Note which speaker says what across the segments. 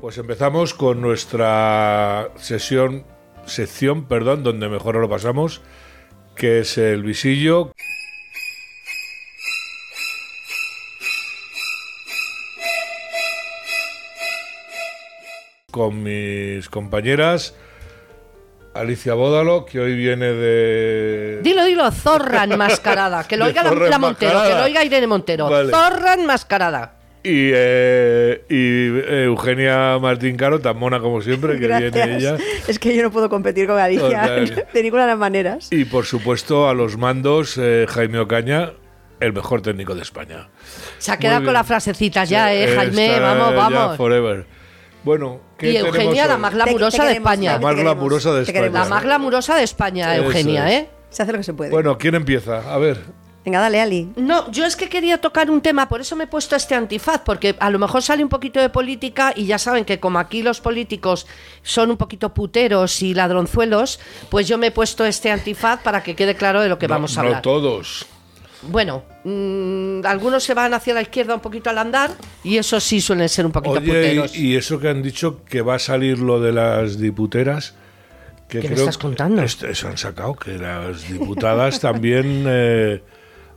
Speaker 1: pues empezamos con nuestra sesión, sección, perdón, donde mejor no lo pasamos, que es el visillo. Con mis compañeras, Alicia Bódalo, que hoy viene de...
Speaker 2: Dilo, dilo, zorra enmascarada. Que lo
Speaker 1: De
Speaker 2: oiga la,
Speaker 1: zorra
Speaker 2: la Montero, que
Speaker 1: enmascarada.
Speaker 2: lo oiga Irene Montero.
Speaker 1: Vale.
Speaker 2: Zorra enmascarada.
Speaker 1: Y, eh, y eh, Eugenia Martín Caro, tan mona como siempre, que viene ella.
Speaker 3: Es que yo no puedo competir con Alicia
Speaker 1: O sea,
Speaker 3: de ninguna de las maneras.
Speaker 1: Y por supuesto a los mandos, eh, Jaime Ocaña, el mejor técnico de España.
Speaker 2: Se ha quedado
Speaker 1: Muy
Speaker 2: con
Speaker 1: bien.
Speaker 2: las frasecitas ya, ¿eh, Jaime?
Speaker 1: Está
Speaker 2: vamos,
Speaker 1: ya
Speaker 2: vamos.
Speaker 1: forever. Bueno, ¿qué
Speaker 2: Y
Speaker 1: tenemos
Speaker 2: Eugenia,
Speaker 1: hoy?
Speaker 2: la más
Speaker 3: Te-
Speaker 2: glamurosa
Speaker 3: te
Speaker 2: de
Speaker 3: queremos,
Speaker 2: España.
Speaker 3: Jaime,
Speaker 1: La
Speaker 3: te
Speaker 1: más glamurosa de
Speaker 3: te
Speaker 1: España.
Speaker 2: La más glamurosa de España,
Speaker 1: Eso
Speaker 2: Eugenia,
Speaker 1: es.
Speaker 2: ¿eh?
Speaker 3: Se hace lo que se puede.
Speaker 1: Bueno, ¿quién empieza? A ver.
Speaker 3: Venga, dale, Ali.
Speaker 2: No, yo es que quería tocar un tema, por eso me he puesto este antifaz, porque a lo mejor sale un poquito de política y ya saben que como aquí los políticos son un poquito puteros y ladronzuelos, pues yo me he puesto este antifaz para que quede claro de lo que
Speaker 1: No-
Speaker 2: vamos a
Speaker 1: No
Speaker 2: hablar.
Speaker 1: todos.
Speaker 2: Bueno, mm, algunos se van hacia la izquierda un poquito al andar y eso sí suelen ser un poquito
Speaker 1: Oye,
Speaker 2: puteros.
Speaker 1: y, y eso que han dicho que va a salir lo de las diputeras. Que
Speaker 2: ¿Qué me
Speaker 1: creo
Speaker 2: estás
Speaker 1: que-
Speaker 2: contando?
Speaker 1: este- se han sacado que las diputadas también eh,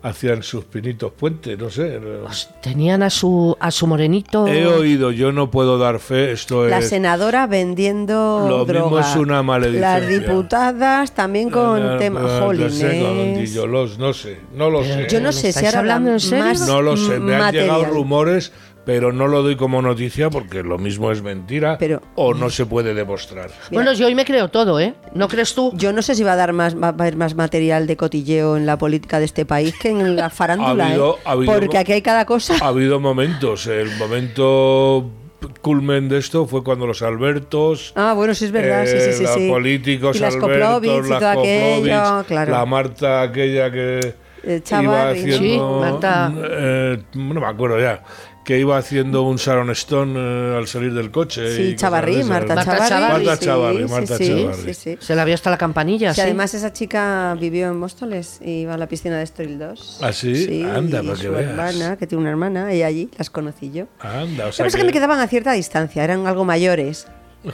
Speaker 1: hacían sus pinitos puentes, no sé.
Speaker 2: Pues Tenían a su, a su morenito.
Speaker 1: He oído, yo no puedo dar fe, esto
Speaker 3: La
Speaker 1: es...
Speaker 3: senadora vendiendo
Speaker 1: pues, Lo mismo
Speaker 3: droga.
Speaker 1: es una maledicencia.
Speaker 3: Las diputadas también con
Speaker 1: Eh,
Speaker 3: tema.
Speaker 1: eh,
Speaker 3: Jolines.
Speaker 1: no sé, con Dillolos, no sé, no lo sé.
Speaker 3: Yo no
Speaker 2: ¿Me
Speaker 3: sé si
Speaker 2: estáis
Speaker 3: ahora
Speaker 2: hablando
Speaker 3: habrá
Speaker 2: en serio?
Speaker 3: más
Speaker 1: No lo sé, me han llegado
Speaker 3: material.
Speaker 1: rumores, pero no lo doy como noticia porque lo mismo es mentira
Speaker 3: Pero-
Speaker 1: o no se puede demostrar.
Speaker 2: Bueno, yo hoy me creo todo, ¿eh? ¿No crees tú?
Speaker 3: Yo no sé si va a dar más va a haber más material de cotilleo en la política de este país que en la farándula,
Speaker 1: Ha habido-
Speaker 3: ¿eh?
Speaker 1: ha habido-
Speaker 3: porque aquí hay cada cosa.
Speaker 1: Ha habido momentos, el momento culmen de esto fue cuando los Albertos...
Speaker 3: Ah, bueno, sí es verdad, sí,
Speaker 1: eh,
Speaker 3: sí, sí,
Speaker 1: los
Speaker 3: sí.
Speaker 1: políticos,
Speaker 3: y las
Speaker 1: Albertos,
Speaker 3: Koplovitz y
Speaker 1: las
Speaker 3: todo aquello,
Speaker 1: Koplovitz,
Speaker 3: claro.
Speaker 1: la Marta aquella que
Speaker 3: Eh,
Speaker 1: iba
Speaker 3: Chavarri, ¿no?
Speaker 1: haciendo,
Speaker 2: Sí, Marta.
Speaker 1: eh, no me acuerdo ya, que iba haciendo un Sharon Stone eh, al salir del coche. y
Speaker 3: Sí,
Speaker 1: cosas de
Speaker 3: Chavarrí,
Speaker 1: esas, ¿no?
Speaker 3: Marta
Speaker 2: Marta Chavarri.
Speaker 3: Chavarrí.
Speaker 1: Marta
Speaker 3: sí,
Speaker 1: Chavarri,
Speaker 3: sí,
Speaker 1: Marta
Speaker 3: sí,
Speaker 1: Chavarri.
Speaker 3: sí, sí.
Speaker 2: Se la vio hasta la campanilla.
Speaker 3: Que
Speaker 2: ¿Ah, sí.
Speaker 3: además esa chica vivió en Móstoles y iba a la piscina de Estoril 2.
Speaker 1: ¿Ah, sí? Anda,
Speaker 3: y
Speaker 1: para que
Speaker 3: su
Speaker 1: veas.
Speaker 3: hermana, que tiene una hermana, y allí las conocí yo.
Speaker 1: Anda, o
Speaker 3: Lo que
Speaker 1: sea
Speaker 3: pasa es que me quedaban a cierta distancia, eran algo mayores.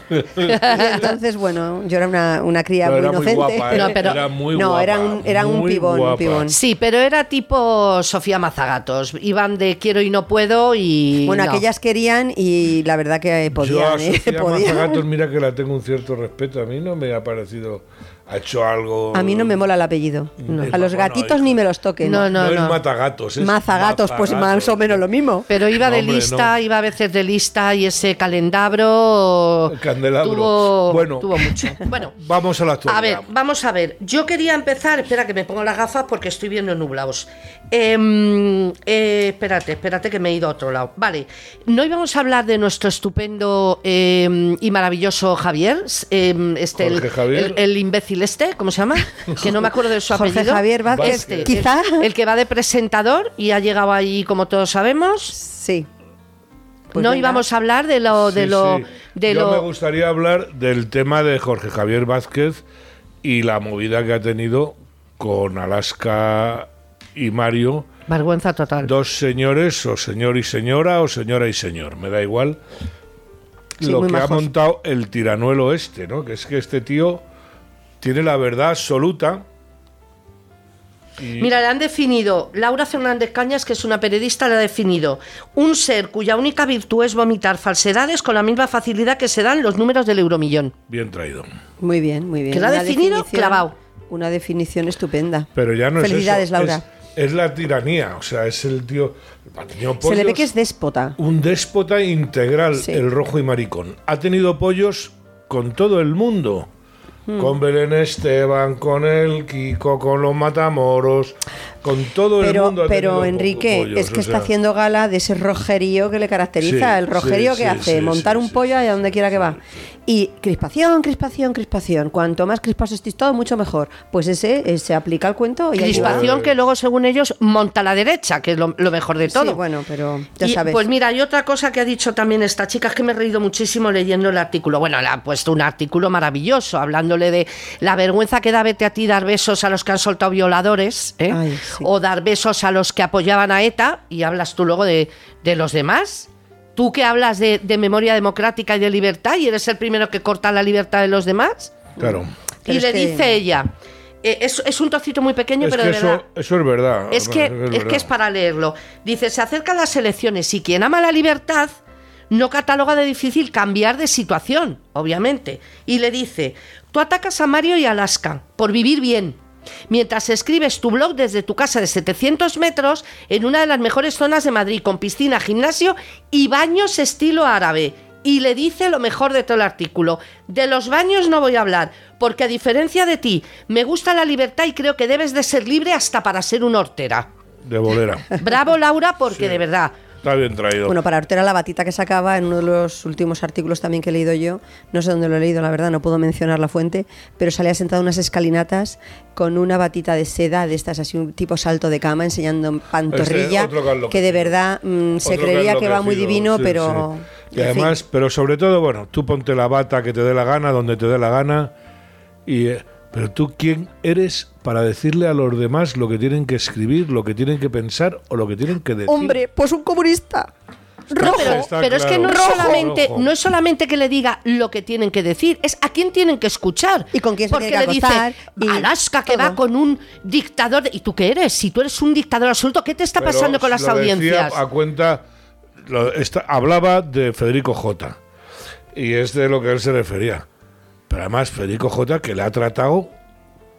Speaker 3: Y entonces, bueno, yo era una, una cría
Speaker 1: Pero
Speaker 3: muy
Speaker 1: era muy
Speaker 3: inocente.
Speaker 1: guapa, ¿eh?
Speaker 2: No, pero-
Speaker 1: Era muy
Speaker 3: No, era
Speaker 1: guapa,
Speaker 3: un, era un
Speaker 1: muy
Speaker 3: pibón,
Speaker 1: guapa.
Speaker 3: un pibón.
Speaker 2: Sí, pero era tipo Sofía Mazagatos. Iban de quiero y no puedo y.
Speaker 3: Bueno,
Speaker 2: no.
Speaker 3: aquellas querían y la verdad que podían,
Speaker 1: Yo a
Speaker 3: ¿eh?
Speaker 1: Sofía
Speaker 3: Podían.
Speaker 1: Mazagatos, mira que la tengo un cierto respeto. A mí no me ha parecido. Ha hecho algo.
Speaker 3: A mí no me mola el apellido.
Speaker 1: No.
Speaker 3: A los
Speaker 1: Bueno,
Speaker 3: gatitos
Speaker 1: hija.
Speaker 3: ni me los toquen.
Speaker 2: No, no,
Speaker 1: es
Speaker 2: no.
Speaker 1: matagatos. Es
Speaker 3: Mazagatos, pues más o menos lo mismo.
Speaker 2: Pero iba
Speaker 1: No,
Speaker 2: de
Speaker 1: hombre,
Speaker 2: lista,
Speaker 1: no.
Speaker 2: iba a veces de lista y ese calendabro.
Speaker 1: Candelabro.
Speaker 2: Tuvo,
Speaker 1: Bueno.
Speaker 2: tuvo mucho. Bueno.
Speaker 1: Vamos a la actualidad.
Speaker 2: A ver, vamos a ver. Yo quería empezar. Espera que me pongo las gafas porque estoy viendo nublados. Em, eh, espérate, espérate que me he ido a otro lado. Vale, no íbamos a hablar de nuestro estupendo em, y maravilloso Javier. s- em, este, el,
Speaker 1: Jorge Javier.
Speaker 2: El, el imbécil este, ¿cómo se llama? que no me acuerdo de su
Speaker 3: Jorge
Speaker 2: apellido.
Speaker 3: Javier Vázquez,
Speaker 2: Este,
Speaker 3: quizá.
Speaker 2: El, el que va de presentador y ha llegado ahí, como todos sabemos.
Speaker 3: Sí. Pues
Speaker 2: no íbamos a hablar de lo. De
Speaker 1: Sí,
Speaker 2: lo,
Speaker 1: sí.
Speaker 2: De
Speaker 1: Yo
Speaker 2: lo
Speaker 1: me gustaría hablar del tema de Jorge Javier Vázquez y la movida que ha tenido con Alaska y Mario.
Speaker 2: Vergüenza total.
Speaker 1: dos señores, o señor y señora, o señora y señor, me da igual.
Speaker 3: Sí,
Speaker 1: lo
Speaker 3: muy
Speaker 1: que ha
Speaker 3: majos.
Speaker 1: montado el tiranuelo este, ¿no? Que es que este tío tiene la verdad absoluta. Y
Speaker 2: Mira, le han definido, Laura Fernández Cañas, que es una periodista, le ha definido un ser cuya única virtud es vomitar falsedades con la misma facilidad que se dan los números del euromillón.
Speaker 1: bien traído.
Speaker 3: Muy bien, muy bien.
Speaker 2: Que lo ha
Speaker 3: Una
Speaker 2: definido
Speaker 3: definición-
Speaker 2: clavao.
Speaker 3: Una definición estupenda.
Speaker 1: Pero ya no
Speaker 3: Felicidades,
Speaker 1: es eso.
Speaker 3: Laura.
Speaker 1: Es, es la tiranía, o sea, es el tío. ha tenido
Speaker 3: Se le ve
Speaker 1: pollos,
Speaker 3: que es déspota.
Speaker 1: Un déspota integral,
Speaker 3: Sí.
Speaker 1: el rojo y maricón. Ha tenido pollos con todo el mundo.
Speaker 3: Hmm.
Speaker 1: Con Belén Esteban, con el Kiko, con los Matamoros, con todo el
Speaker 3: Pero,
Speaker 1: mundo. ha tenido
Speaker 3: pero
Speaker 1: po-
Speaker 3: Enrique,
Speaker 1: pollos,
Speaker 3: es
Speaker 1: o
Speaker 3: que está
Speaker 1: sea,
Speaker 3: haciendo gala de ese rojerío que le caracteriza.
Speaker 1: Sí,
Speaker 3: el rojerío
Speaker 1: sí,
Speaker 3: que
Speaker 1: sí,
Speaker 3: hace,
Speaker 1: sí,
Speaker 3: montar
Speaker 1: sí,
Speaker 3: un
Speaker 1: sí,
Speaker 3: pollo
Speaker 1: sí,
Speaker 3: allá
Speaker 1: sí,
Speaker 3: donde quiera que va. Y crispación, crispación, crispación. Cuanto más crispados estéis todos, mucho mejor. Pues ese eh, se aplica al cuento y ahí va.
Speaker 2: Crispación que luego, según ellos, monta a la derecha, que es lo, lo mejor de todo.
Speaker 3: Sí, bueno, pero ya
Speaker 2: Y,
Speaker 3: sabes.
Speaker 2: Pues mira, hay otra cosa que ha dicho también esta chica, es que me he reído muchísimo leyendo el artículo. Bueno, le ha puesto un artículo maravilloso, hablándole de la vergüenza que da vete a ti dar besos a los que han soltado violadores, ¿eh?
Speaker 3: Ay, sí.
Speaker 2: o dar besos a los que apoyaban a ETA, y hablas tú luego de, de los demás. Tú que hablas de, de memoria democrática y de libertad y eres el primero que corta la libertad de los demás.
Speaker 1: Claro.
Speaker 2: y
Speaker 3: Pero
Speaker 2: le
Speaker 3: es que-
Speaker 2: dice ella. eh, es, es un trocito muy pequeño,
Speaker 1: Es
Speaker 2: pero
Speaker 1: que
Speaker 2: de verdad.
Speaker 1: eso, eso es verdad.
Speaker 2: Es que, es
Speaker 1: verdad.
Speaker 2: que es para leerlo. Dice, se acercan las elecciones y quien ama la libertad no cataloga de difícil cambiar de situación, obviamente. Y le dice, tú atacas a Mario y Alaska por vivir bien, mientras escribes tu blog desde tu casa de 700 metros en una de las mejores zonas de Madrid, con piscina, gimnasio y baños estilo árabe. Y le dice lo mejor de todo el artículo. De los baños no voy a hablar, porque a diferencia de ti, me gusta la libertad y creo que debes de ser libre hasta para ser una hortera.
Speaker 1: De bolera.
Speaker 2: Bravo Laura, porque de verdad.
Speaker 1: Está bien traído.
Speaker 3: Bueno, para Hortera la batita que sacaba en uno de los últimos artículos también que he leído yo, no sé dónde lo he leído, la verdad, no puedo mencionar la fuente, pero salía sentado en unas escalinatas con una batita de seda de estas, así un tipo salto de cama, enseñando
Speaker 1: Este
Speaker 3: pantorrilla,
Speaker 1: otro que ha enloquecido.
Speaker 3: que de verdad mm, se
Speaker 1: Otro
Speaker 3: creía
Speaker 1: ha
Speaker 3: que va muy
Speaker 1: enloquecido,
Speaker 3: divino,
Speaker 1: sí,
Speaker 3: pero...
Speaker 1: sí. Y
Speaker 3: en fin.
Speaker 1: además, pero sobre todo, bueno, tú ponte la bata que te dé la gana, donde te dé la gana. Y, eh, pero tú, ¿quién eres para decirle a los demás lo que tienen que escribir, lo que tienen que pensar o lo que tienen que decir?
Speaker 3: Hombre, pues un comunista.
Speaker 1: Está-
Speaker 3: Rojo.
Speaker 2: Pero,
Speaker 1: está
Speaker 2: pero es que
Speaker 1: claro.
Speaker 2: no es,
Speaker 1: Rojo.
Speaker 2: solamente,
Speaker 1: Rojo.
Speaker 2: no es solamente que le diga lo que tienen que decir, es a quién tienen que escuchar.
Speaker 3: Y con quién se
Speaker 2: Porque
Speaker 3: tiene que
Speaker 2: le
Speaker 3: acostar,
Speaker 2: dice
Speaker 3: y
Speaker 2: Alaska que
Speaker 3: todo.
Speaker 2: va con un dictador. de- ¿Y tú qué eres? Si tú eres un dictador absoluto, ¿qué te está
Speaker 1: Pero
Speaker 2: pasando con las
Speaker 1: lo decía
Speaker 2: audiencias?
Speaker 1: a cuenta, lo- esta- hablaba de Federico J. Y es de lo que él se refería. Pero además, Federico J. que le ha tratado,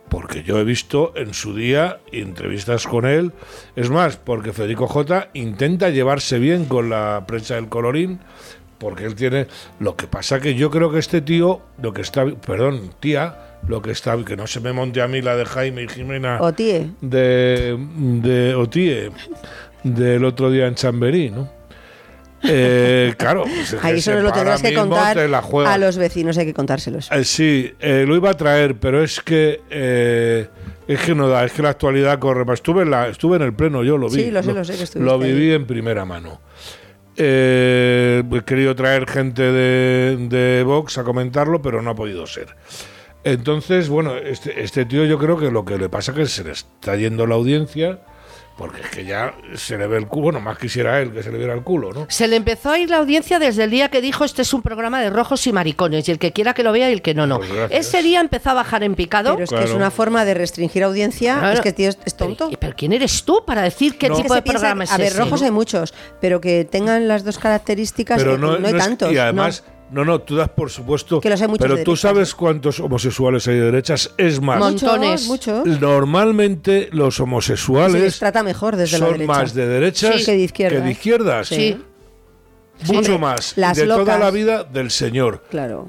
Speaker 1: porque yo he visto en su día entrevistas con él. Es más, porque Federico J. intenta llevarse bien con la prensa del colorín. Porque él tiene. Lo que pasa que yo creo que este tío, lo que está. Perdón, tía, lo que está. Que no se me monte a mí la de Jaime y Jimena
Speaker 3: O tíe.
Speaker 1: de, de Otie del otro día en Chamberí, ¿no? Eh, claro, pues es que
Speaker 3: Ahí solo
Speaker 1: se
Speaker 3: lo
Speaker 1: para
Speaker 3: tendrás que
Speaker 1: mismo,
Speaker 3: contar
Speaker 1: te la juegas.
Speaker 3: a los vecinos, hay que contárselos.
Speaker 1: Eh, sí, eh, lo iba a traer, pero es que eh, es que no da, es que la actualidad corre. más. Estuve en, la, estuve en el pleno, yo lo vi.
Speaker 3: Sí, lo sé, lo sé que estuviste
Speaker 1: Lo viví en primera mano. Eh, he querido traer gente de, de Vox a comentarlo, pero no ha podido ser. Entonces, bueno, este, este tío yo creo que lo que le pasa es que se le está yendo la audiencia, porque es que ya se le ve el culo, bueno, más quisiera él que se le viera el culo, ¿no?
Speaker 2: Se le empezó a ir la audiencia desde el día que dijo este es un programa de rojos y maricones y el que quiera que lo vea y el que no, no.
Speaker 1: Pues gracias.
Speaker 2: Ese día empezó a bajar en picado.
Speaker 3: Pero es que
Speaker 1: Claro.
Speaker 3: es una forma de restringir audiencia.
Speaker 2: Claro.
Speaker 3: Es que tío es, es tonto.
Speaker 2: Pero, pero ¿quién eres tú para decir qué
Speaker 1: No.
Speaker 2: tipo
Speaker 3: que
Speaker 2: de
Speaker 3: se piensa-
Speaker 2: programa es
Speaker 3: a ver,
Speaker 2: ese?
Speaker 3: rojos hay muchos, pero que tengan las dos características, eh, no, hay
Speaker 1: es-
Speaker 3: tantos.
Speaker 1: Y
Speaker 3: ¿no?
Speaker 1: además, no. no, tú das por supuesto.
Speaker 3: Que los hay muchos
Speaker 1: pero
Speaker 3: de
Speaker 1: tú
Speaker 3: derechas.
Speaker 1: sabes cuántos homosexuales hay de derechas. Es más,
Speaker 2: Mon-
Speaker 3: Muchos,
Speaker 2: montones.
Speaker 3: Muchos.
Speaker 1: normalmente los
Speaker 3: Se
Speaker 1: homosexuales
Speaker 3: les trata mejor desde la
Speaker 1: son
Speaker 3: derecha.
Speaker 1: más de derechas
Speaker 3: Sí. Que de izquierdas.
Speaker 1: izquierdas.
Speaker 3: ¿eh?
Speaker 2: Sí.
Speaker 1: Mucho
Speaker 3: Hombre,
Speaker 1: más.
Speaker 3: las
Speaker 1: de toda
Speaker 3: locas.
Speaker 1: la vida del señor.
Speaker 3: Claro.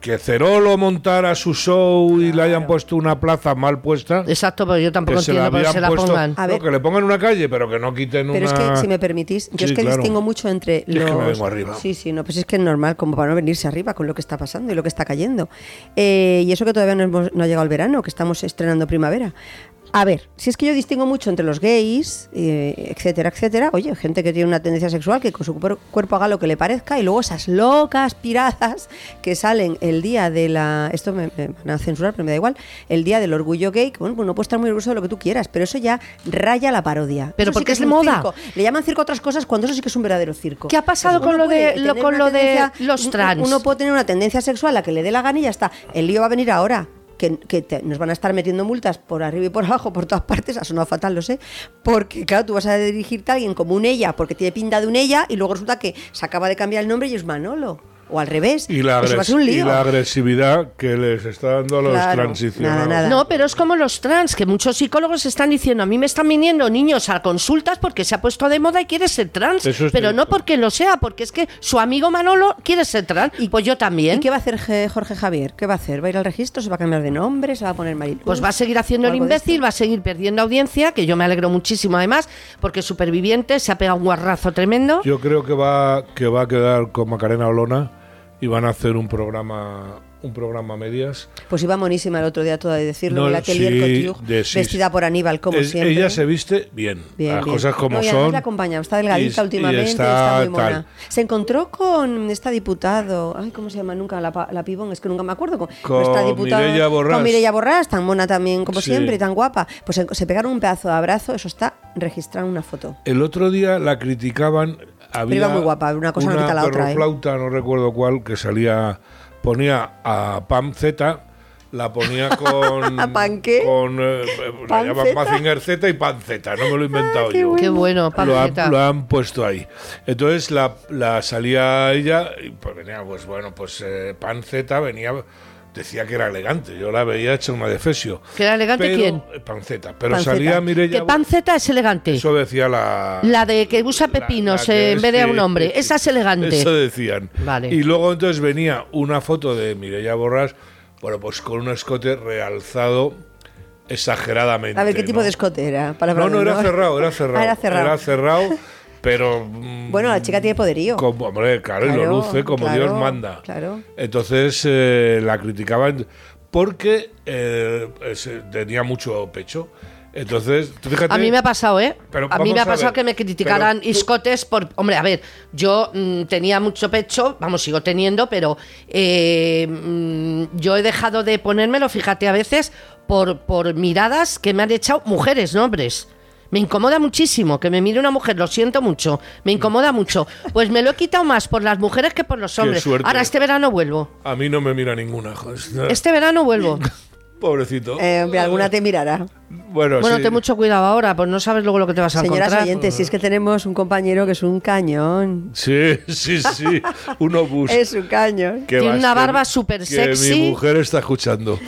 Speaker 1: Que Cerolo montara su show y le hayan puesto una plaza mal puesta.
Speaker 2: Exacto, pero yo
Speaker 1: Que
Speaker 2: tampoco
Speaker 1: se la
Speaker 2: entiendo por qué
Speaker 1: habían
Speaker 2: se la
Speaker 1: puesto.
Speaker 2: pongan.
Speaker 3: A
Speaker 1: no,
Speaker 3: ver.
Speaker 1: que le pongan una calle, pero que no quiten
Speaker 3: Pero
Speaker 1: una.
Speaker 3: es que, si me permitís, yo
Speaker 1: Sí,
Speaker 3: es que
Speaker 1: claro.
Speaker 3: distingo mucho entre
Speaker 1: que
Speaker 3: los...
Speaker 1: me vengo arriba.
Speaker 3: Sí, sí, no, pues es que es normal, como para no venirse arriba con lo que está pasando y lo que está cayendo. Eh, y eso que todavía no, hemos- no ha llegado el verano, que estamos estrenando primavera. A ver, si es que yo distingo mucho entre los gays, eh, etcétera, etcétera. Oye, gente que tiene una tendencia sexual, que con su cuer- cuerpo haga lo que le parezca, y luego esas locas piradas que salen el día de la. Esto me, me van a censurar, pero me da igual. El día del orgullo gay, que bueno, pues no puedes estar muy orgulloso de lo que tú quieras, pero eso ya raya la parodia.
Speaker 2: Pero
Speaker 3: Eso sí
Speaker 2: porque
Speaker 3: que
Speaker 2: es
Speaker 3: un
Speaker 2: moda.
Speaker 3: circo. Le llaman circo a otras cosas cuando eso sí que es un verdadero circo.
Speaker 2: ¿Qué ha pasado
Speaker 3: Entonces,
Speaker 2: con
Speaker 3: uno
Speaker 2: lo de-
Speaker 3: puede
Speaker 2: lo-
Speaker 3: tener
Speaker 2: con
Speaker 3: una
Speaker 2: lo de
Speaker 3: tendencia-
Speaker 2: los
Speaker 3: un- un-
Speaker 2: trans?
Speaker 3: Uno puede tener una tendencia sexual a que le dé la gana y ya está. El lío va a venir ahora. Que, que te- nos van a estar metiendo multas por arriba y por abajo, por todas partes, ha sonado fatal, lo sé, porque claro, tú vas a dirigirte a alguien como un ella, porque tiene pinta de un ella, y luego resulta que se acaba de cambiar el nombre y es Manolo, o al revés.
Speaker 1: Y la,
Speaker 3: Eso va
Speaker 1: agres-
Speaker 3: a ser un
Speaker 1: y
Speaker 3: lío.
Speaker 1: la agresividad que les está dando a los
Speaker 3: Claro,
Speaker 1: transicionados.
Speaker 3: nada, nada.
Speaker 2: No, pero es como los trans, que muchos psicólogos están diciendo, a mí me están viniendo niños a consultas porque se ha puesto de moda y quiere ser trans,
Speaker 1: Eso es
Speaker 2: pero no
Speaker 1: cierto.
Speaker 2: porque lo sea, porque es que su amigo Manolo quiere ser trans, y pues yo también.
Speaker 3: ¿Y qué va a hacer Je- Jorge Javier? ¿Qué va a hacer? ¿Va a ir al registro? ¿Se va a cambiar de nombre? ¿Se va a poner Mariluz?
Speaker 2: Pues va a seguir haciendo
Speaker 3: ¿O
Speaker 2: el
Speaker 3: algo de
Speaker 2: imbécil,
Speaker 3: esto?
Speaker 2: va a seguir perdiendo audiencia, que yo me alegro muchísimo además, porque Superviviente se ha pegado un guarrazo tremendo.
Speaker 1: Yo creo que va, que va a quedar con Macarena Olona y van a hacer un programa un programa a medias.
Speaker 3: Pues iba monísima el otro día toda de decirlo,
Speaker 1: No,
Speaker 3: el atelier
Speaker 1: sí,
Speaker 3: Cotiuj,
Speaker 1: de- sí,
Speaker 3: vestida
Speaker 1: sí.
Speaker 3: por Aníbal, como
Speaker 1: Es-
Speaker 3: siempre. ¿eh?
Speaker 1: Ella se viste bien,
Speaker 3: Bien,
Speaker 1: las
Speaker 3: bien.
Speaker 1: cosas como
Speaker 3: No, y además
Speaker 1: son.
Speaker 3: la acompaña, está
Speaker 1: y-
Speaker 3: delgadita
Speaker 1: y
Speaker 3: últimamente,
Speaker 1: está
Speaker 3: está, muy mona.
Speaker 1: tal.
Speaker 3: Se encontró con esta diputado, ay, ¿cómo se llama nunca la, pa- la pibón? Es que nunca me acuerdo. Con,
Speaker 1: Con
Speaker 3: nuestra diputada,
Speaker 1: Mireia Borrás.
Speaker 3: Con Mireia Borrás, tan mona también como
Speaker 1: Sí.
Speaker 3: siempre y tan guapa. Pues se, se pegaron un pedazo de abrazo, eso está registrado en una foto.
Speaker 1: El otro día la criticaban, había
Speaker 3: iba muy guapa, una cosa no quita la otra, ¿eh?
Speaker 1: perroflauta, no recuerdo cuál, que salía, ponía a Pam Z, la ponía con.
Speaker 3: ¿A Pam qué?
Speaker 1: Con, eh, la
Speaker 3: ¿Pam
Speaker 1: llaman
Speaker 3: Z?
Speaker 1: Mazinger Z y Pam Z, no me lo he inventado
Speaker 3: qué
Speaker 1: yo.
Speaker 3: bueno.
Speaker 2: Qué bueno,
Speaker 1: Lo han,
Speaker 2: Panceta.
Speaker 1: lo han puesto ahí. Entonces la, la salía ella y pues venía, pues bueno, pues eh, Panceta venía, decía que era elegante. Yo la veía hecha una defesio.
Speaker 2: ¿Que era elegante
Speaker 1: Pero-
Speaker 2: quién?
Speaker 1: eh, Panceta. Pero
Speaker 3: Panceta.
Speaker 1: salía Mireia.
Speaker 2: Que panceta es elegante.
Speaker 1: Eso decía la.
Speaker 2: La de que usa pepinos, eh, en vez de a un hombre. Esa es elegante.
Speaker 1: Eso decían.
Speaker 2: Vale.
Speaker 1: Y luego entonces venía una foto de Mireia Borras, bueno, pues con un escote realzado exageradamente.
Speaker 3: A ver, ¿qué tipo
Speaker 1: ¿no?
Speaker 3: de escote era? Palabra
Speaker 1: No, no,
Speaker 3: de
Speaker 1: era
Speaker 3: honor.
Speaker 1: cerrado, era cerrado.
Speaker 3: Ah, era cerrado.
Speaker 1: cerrado, pero. mm,
Speaker 3: Bueno, la chica tiene poderío.
Speaker 1: Como, hombre, claro, y
Speaker 3: Claro,
Speaker 1: lo luce como
Speaker 3: claro,
Speaker 1: Dios manda.
Speaker 3: claro.
Speaker 1: Entonces eh, la criticaban porque eh, ese- tenía mucho pecho. Entonces, tú fíjate.
Speaker 2: A mí me ha pasado, ¿eh?
Speaker 1: Pero
Speaker 2: a mí
Speaker 1: vamos
Speaker 2: me ha
Speaker 1: a
Speaker 2: pasado
Speaker 1: ver,
Speaker 2: que me criticaran
Speaker 1: pero tú-
Speaker 2: iscotes por... Hombre, a ver, yo mm, tenía mucho pecho, vamos, sigo teniendo, pero eh, mm, yo he dejado de ponérmelo, fíjate, a veces por, por miradas que me han echado mujeres, no hombres. Me incomoda muchísimo que me mire una mujer, lo siento mucho, me incomoda mucho. Pues me lo he quitado más por las mujeres que por los hombres.
Speaker 1: suerte.
Speaker 2: Ahora, este verano vuelvo.
Speaker 1: A mí no me mira ninguna. joder.
Speaker 2: Este verano vuelvo.
Speaker 1: Pues Pobrecito.
Speaker 3: Eh, hombre, alguna te mirará.
Speaker 1: Bueno,
Speaker 2: Bueno,
Speaker 1: sí.
Speaker 2: ten mucho cuidado ahora, pues no sabes luego lo que te vas a
Speaker 3: Señoras
Speaker 2: encontrar.
Speaker 3: oyentes, si es que tenemos un compañero que es un cañón.
Speaker 1: Sí, sí, sí. Un obús.
Speaker 3: Es un cañón.
Speaker 1: Que
Speaker 2: Tiene
Speaker 1: va,
Speaker 2: una
Speaker 1: que-
Speaker 2: barba súper
Speaker 1: que
Speaker 2: sexy.
Speaker 1: Mi mujer está escuchando.